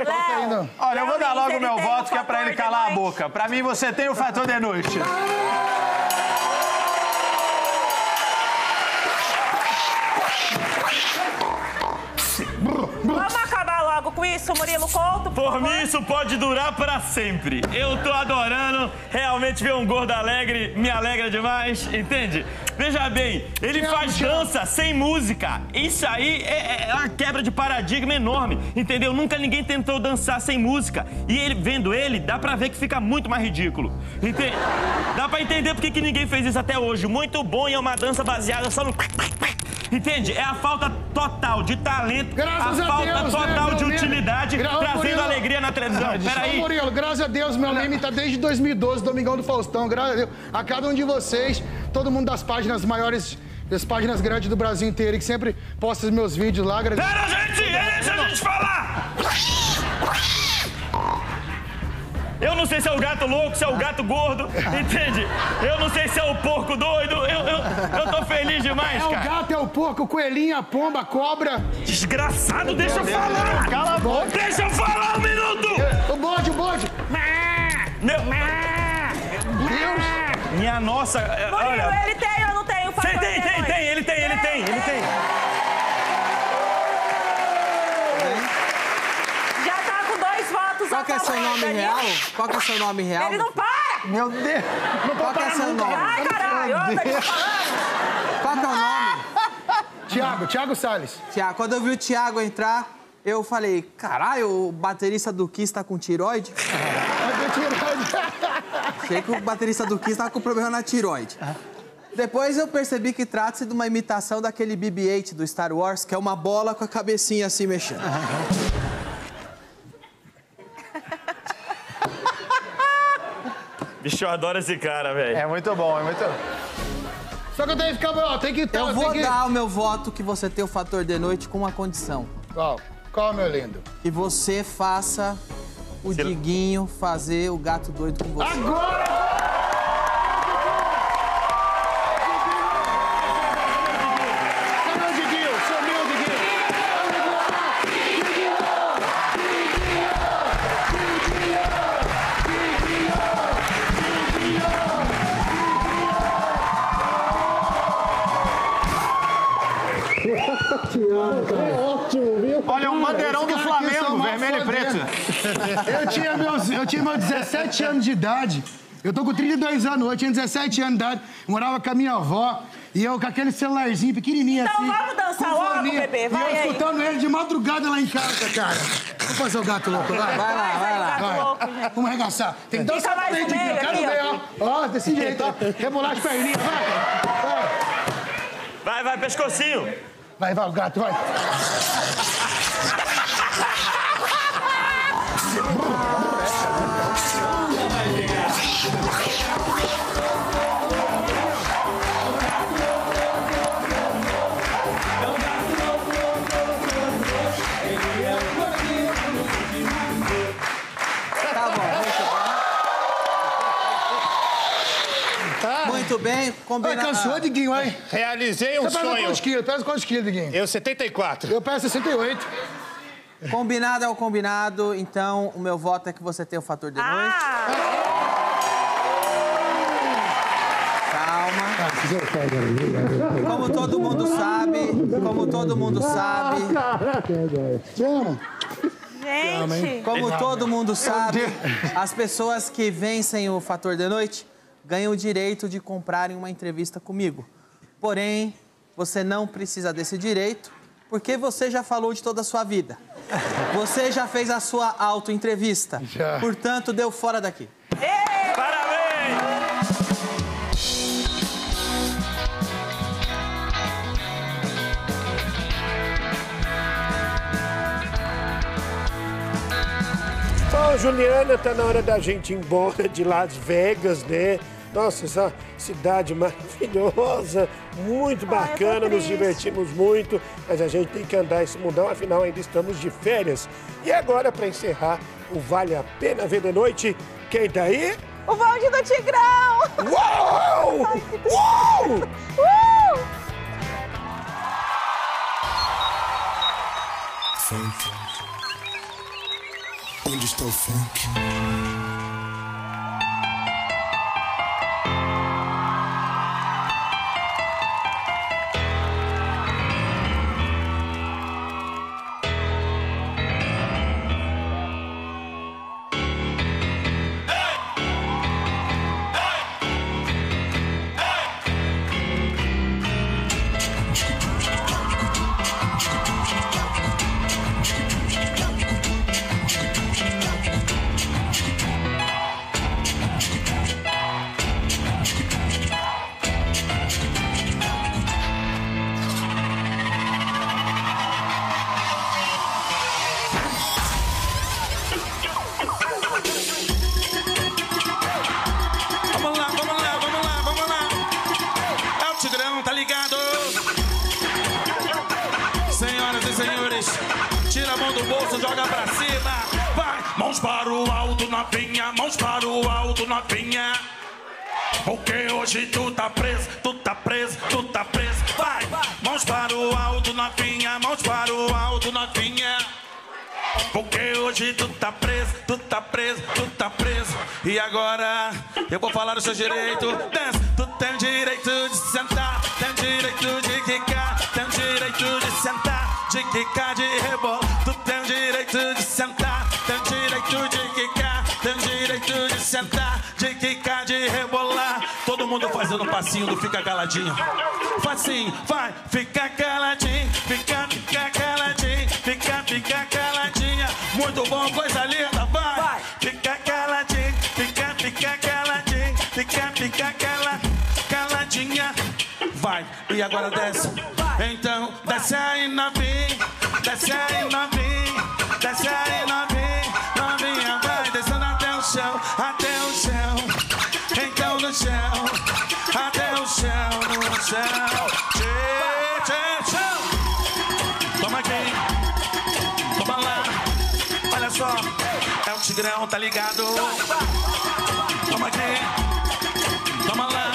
Speaker 16: tá
Speaker 15: Olha, eu vou dar logo o meu voto, que é pra ele calar a boca. Pra mim, você tem o fator de noite.
Speaker 17: Vamos acabar logo com isso, Murilo Couto?
Speaker 18: Por mim, isso pode durar pra sempre. Eu tô adorando. Realmente ver um gordo alegre me alegra demais, entende? Veja bem, ele faz dança sem música. Isso aí é, é uma quebra de paradigma enorme, entendeu? Nunca ninguém tentou dançar sem música. E ele, vendo ele, dá pra ver que fica muito mais ridículo. Entende? Dá pra entender por que que ninguém fez isso até hoje. Muito bom e é uma dança baseada só no... Entende? É a falta total de talento,
Speaker 16: Graças
Speaker 18: a
Speaker 16: a
Speaker 18: falta
Speaker 16: Deus, né,
Speaker 18: total
Speaker 16: meu
Speaker 18: de
Speaker 16: meme?
Speaker 18: utilidade,
Speaker 16: Gra-
Speaker 18: trazendo
Speaker 16: Murilo-
Speaker 18: alegria na televisão.
Speaker 16: Ah,
Speaker 18: Peraí.
Speaker 16: Ô, Murilo, graças a Deus, meu meme tá desde 2012, Domingão do Faustão, graças a Deus. A cada um de vocês, todo mundo das páginas maiores, das páginas grandes do Brasil inteiro, que sempre posta os meus vídeos lá. Pera,
Speaker 18: gente! Deixa a gente falar! Eu não sei se é o gato louco, se é o gato gordo, entende? Eu não sei se é o porco doido, eu, eu, eu tô feliz demais,
Speaker 16: É o
Speaker 18: cara.
Speaker 16: gato, é o porco, o coelhinho, a pomba, a cobra.
Speaker 18: Desgraçado, deixa eu falar!
Speaker 16: Cala a boca!
Speaker 18: Deixa eu falar um minuto!
Speaker 16: O bode, o bode!
Speaker 18: Meu... Deus! Minha nossa, é,
Speaker 17: Murilo,
Speaker 18: olha...
Speaker 17: ele tem ou não tem o É. fator
Speaker 18: Tem, tem,
Speaker 17: de
Speaker 18: tem,
Speaker 17: noite?
Speaker 18: tem, ele tem, ele tem, ele tem.
Speaker 17: Já tá com dois votos
Speaker 3: Qual que é seu nome real? Qual que é seu nome real?
Speaker 17: Ele não para!
Speaker 3: Meu Deus! Qual que é seu nome?
Speaker 17: Ai, caralho,
Speaker 3: Meu
Speaker 17: anda aqui
Speaker 3: Deus. Qual que é o nome?
Speaker 16: Tiago, Tiago Salles.
Speaker 3: Tiago, quando eu vi o Tiago entrar, eu falei, caralho, o baterista do Kiss tá com tiroide? Achei que o baterista do Kiss tava com problema na tiroide. Depois eu percebi que trata-se de uma imitação daquele BB-8 do Star Wars, que é uma bola com a cabecinha assim mexendo.
Speaker 18: Bicho, eu adoro esse cara, velho.
Speaker 15: É muito bom, é muito
Speaker 16: Só que eu tenho que ficar, ó, tem que tá,
Speaker 3: Eu
Speaker 16: tem
Speaker 3: vou
Speaker 16: que-
Speaker 3: dar o meu voto que você tem o fator de noite com uma condição.
Speaker 16: Qual? Qual, meu lindo?
Speaker 3: Que você faça o Diguinho fazer o gato doido com você.
Speaker 16: Agora! Cadê o Diguinho? Sumiu o Diguinho! Diguinho! Ótimo, viu?
Speaker 15: É Olha, um bandeirão do
Speaker 16: Esses caras aqui
Speaker 15: Flamengo,
Speaker 16: são mal
Speaker 15: vermelho e
Speaker 16: fodendo.
Speaker 15: preto.
Speaker 16: Eu tinha, meus, eu tinha meus 17 anos de idade. Eu tô com 32 anos, eu tinha 17 anos de idade. Morava com a minha avó. E eu com aquele celularzinho pequenininho
Speaker 17: Então
Speaker 16: assim.
Speaker 17: vamos dançar
Speaker 16: com
Speaker 17: logo,
Speaker 16: foninho.
Speaker 17: bebê, vai
Speaker 16: E eu
Speaker 17: aí.
Speaker 16: escutando ele de madrugada lá em casa, cara. Vamos fazer o gato louco lá?
Speaker 17: Vai lá, Faz aí vai o lá. gato louco, gente.
Speaker 16: Vamos arregaçar. Tem que
Speaker 17: Fica
Speaker 16: dançar
Speaker 17: mais
Speaker 16: também,
Speaker 17: no meio
Speaker 16: Diguinho. Quero
Speaker 17: aqui,
Speaker 16: ver,
Speaker 17: ó.
Speaker 16: ó. Ó, desse jeito, ó. Rebolar as perninhas, vai. Vai.
Speaker 18: Vai, vai, pescocinho.
Speaker 16: Vai, vai, o gato, vai.
Speaker 3: Tá bom, muito bem. Muito bem, combinado.
Speaker 16: Ah, cansou, Diguinho, hein?
Speaker 7: Realizei um
Speaker 16: Você pesa
Speaker 7: sonho.
Speaker 16: quantos quilos? Pesa quantos quilos, Diguinho?
Speaker 7: Eu 74.
Speaker 16: Eu peso 68.
Speaker 3: Combinado é o combinado, então o meu voto é que você tem o fator de noite.
Speaker 16: Tá.
Speaker 3: Calma. Como todo mundo sabe, como todo
Speaker 16: Ah,
Speaker 3: mundo sabe,
Speaker 16: é
Speaker 17: Gente!
Speaker 3: como todo mundo sabe, as pessoas que vencem o fator de noite ganham o direito de comprarem uma entrevista comigo. Porém, você não precisa desse direito, porque você já falou de toda a sua vida. Você já fez a sua auto-entrevista.
Speaker 12: Já.
Speaker 3: Portanto, deu fora daqui.
Speaker 1: Bom, Juliana, tá na hora da gente ir embora de Las Vegas, né? Nossa, essa cidade maravilhosa, muito bacana, nos divertimos muito, mas a gente tem que andar esse mundão, afinal ainda estamos de férias. E agora, para encerrar o Vale a Pena Ver de Noite, quem tá aí?
Speaker 2: O bonde do Tigrão!
Speaker 1: Uou! Uou!
Speaker 17: Uh!
Speaker 2: Uou!
Speaker 19: Funk. Onde está o funk?
Speaker 12: Vamos lá, vamos lá, vamos lá, vamos lá. É o Tigrão, tá ligado? Senhoras e senhores, tira a mão do bolso, joga pra cima. Vai, mãos para o alto na pinha, mãos para o alto na pinha. Porque hoje tu tá preso, tu tá preso, tu tá preso. Vai, mãos para o alto na pinha, mãos para o alto na pinha. Porque hoje tu tá preso, tu tá preso, tu tá preso. E agora eu vou falar o seu direito. Desce, tu tem direito de sentar, tem direito de quicar, tem direito de sentar, de quicar, de rebol. Tu tem direito de sentar, tem direito de quicar, tem direito de sentar, de quicar, de rebolar. Todo mundo fazendo um passinho do fica caladinho. Faz assim, vai, fica caladinho, fica, fica caladinho, assim. fica, fica caladinha. Muito bom, coisa linda, vai. Fica caladinho, fica, fica caladinho, fica, fica cala, caladinha. Vai, e agora desce. Então, desce aí, novinha, desce aí, novinha, desce aí, novinha, novinha, vai descendo até o chão, até o chão. Então, no chão, até o chão, no chão. Tchê, tchê, chão. Toma aqui, toma lá. Olha só, é o Tigrão, tá ligado? Toma aqui, toma lá.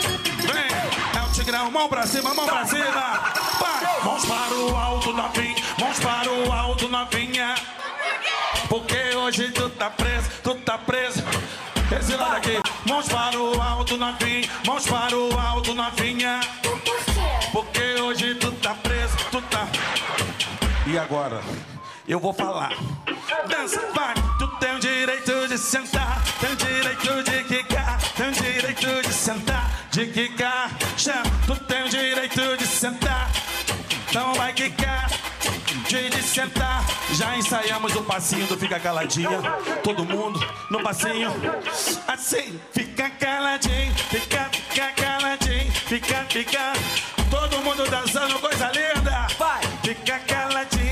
Speaker 12: Vem, é o Tigrão, mão pra cima, mão pra cima. Vai. Mãos para o alto na vinha, mãos para o alto na vinha. Porque hoje tu tá preso, tu tá preso. Exila daqui, mãos para o alto na vinha, mãos para o alto na vinha. Porque hoje tu tá preso, tu tá. E agora? Eu vou falar. Dança, vai, tu tem o direito de sentar, tem o direito de quicar, tem o direito de sentar, de quicar. Chama, tu tem o direito de sentar, então vai quicar. De, de sentar, já ensaiamos o passinho do Fica Caladinha. Todo mundo no passinho, assim, fica caladinho, fica, fica caladinho, fica, fica. Todo mundo dançando, coisa linda. Vai, fica caladinha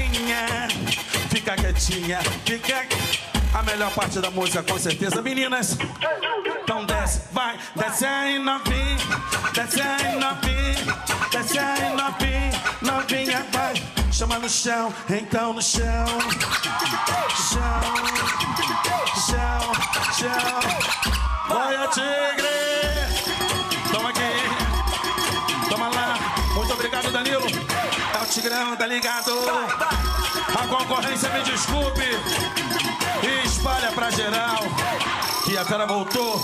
Speaker 12: fica quietinha, fica. A melhor parte da música, com certeza, meninas. Então desce, vai, desce aí novinha, desce aí novinha, desce aí novinha, novinha vai. Chama no chão, então no chão, chão, chão, chão. Vai a tigre, toma aqui, toma lá. Muito obrigado, Danilo. É o Tigrão, tá ligado? A concorrência me desculpe. E espalha pra geral que a fera voltou.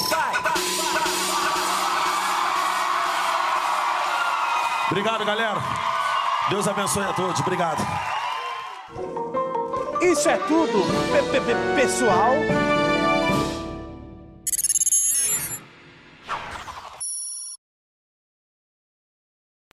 Speaker 12: Obrigado, galera. Deus abençoe a todos. Obrigado.
Speaker 20: Isso é tudo, pe- pe- pe- pessoal.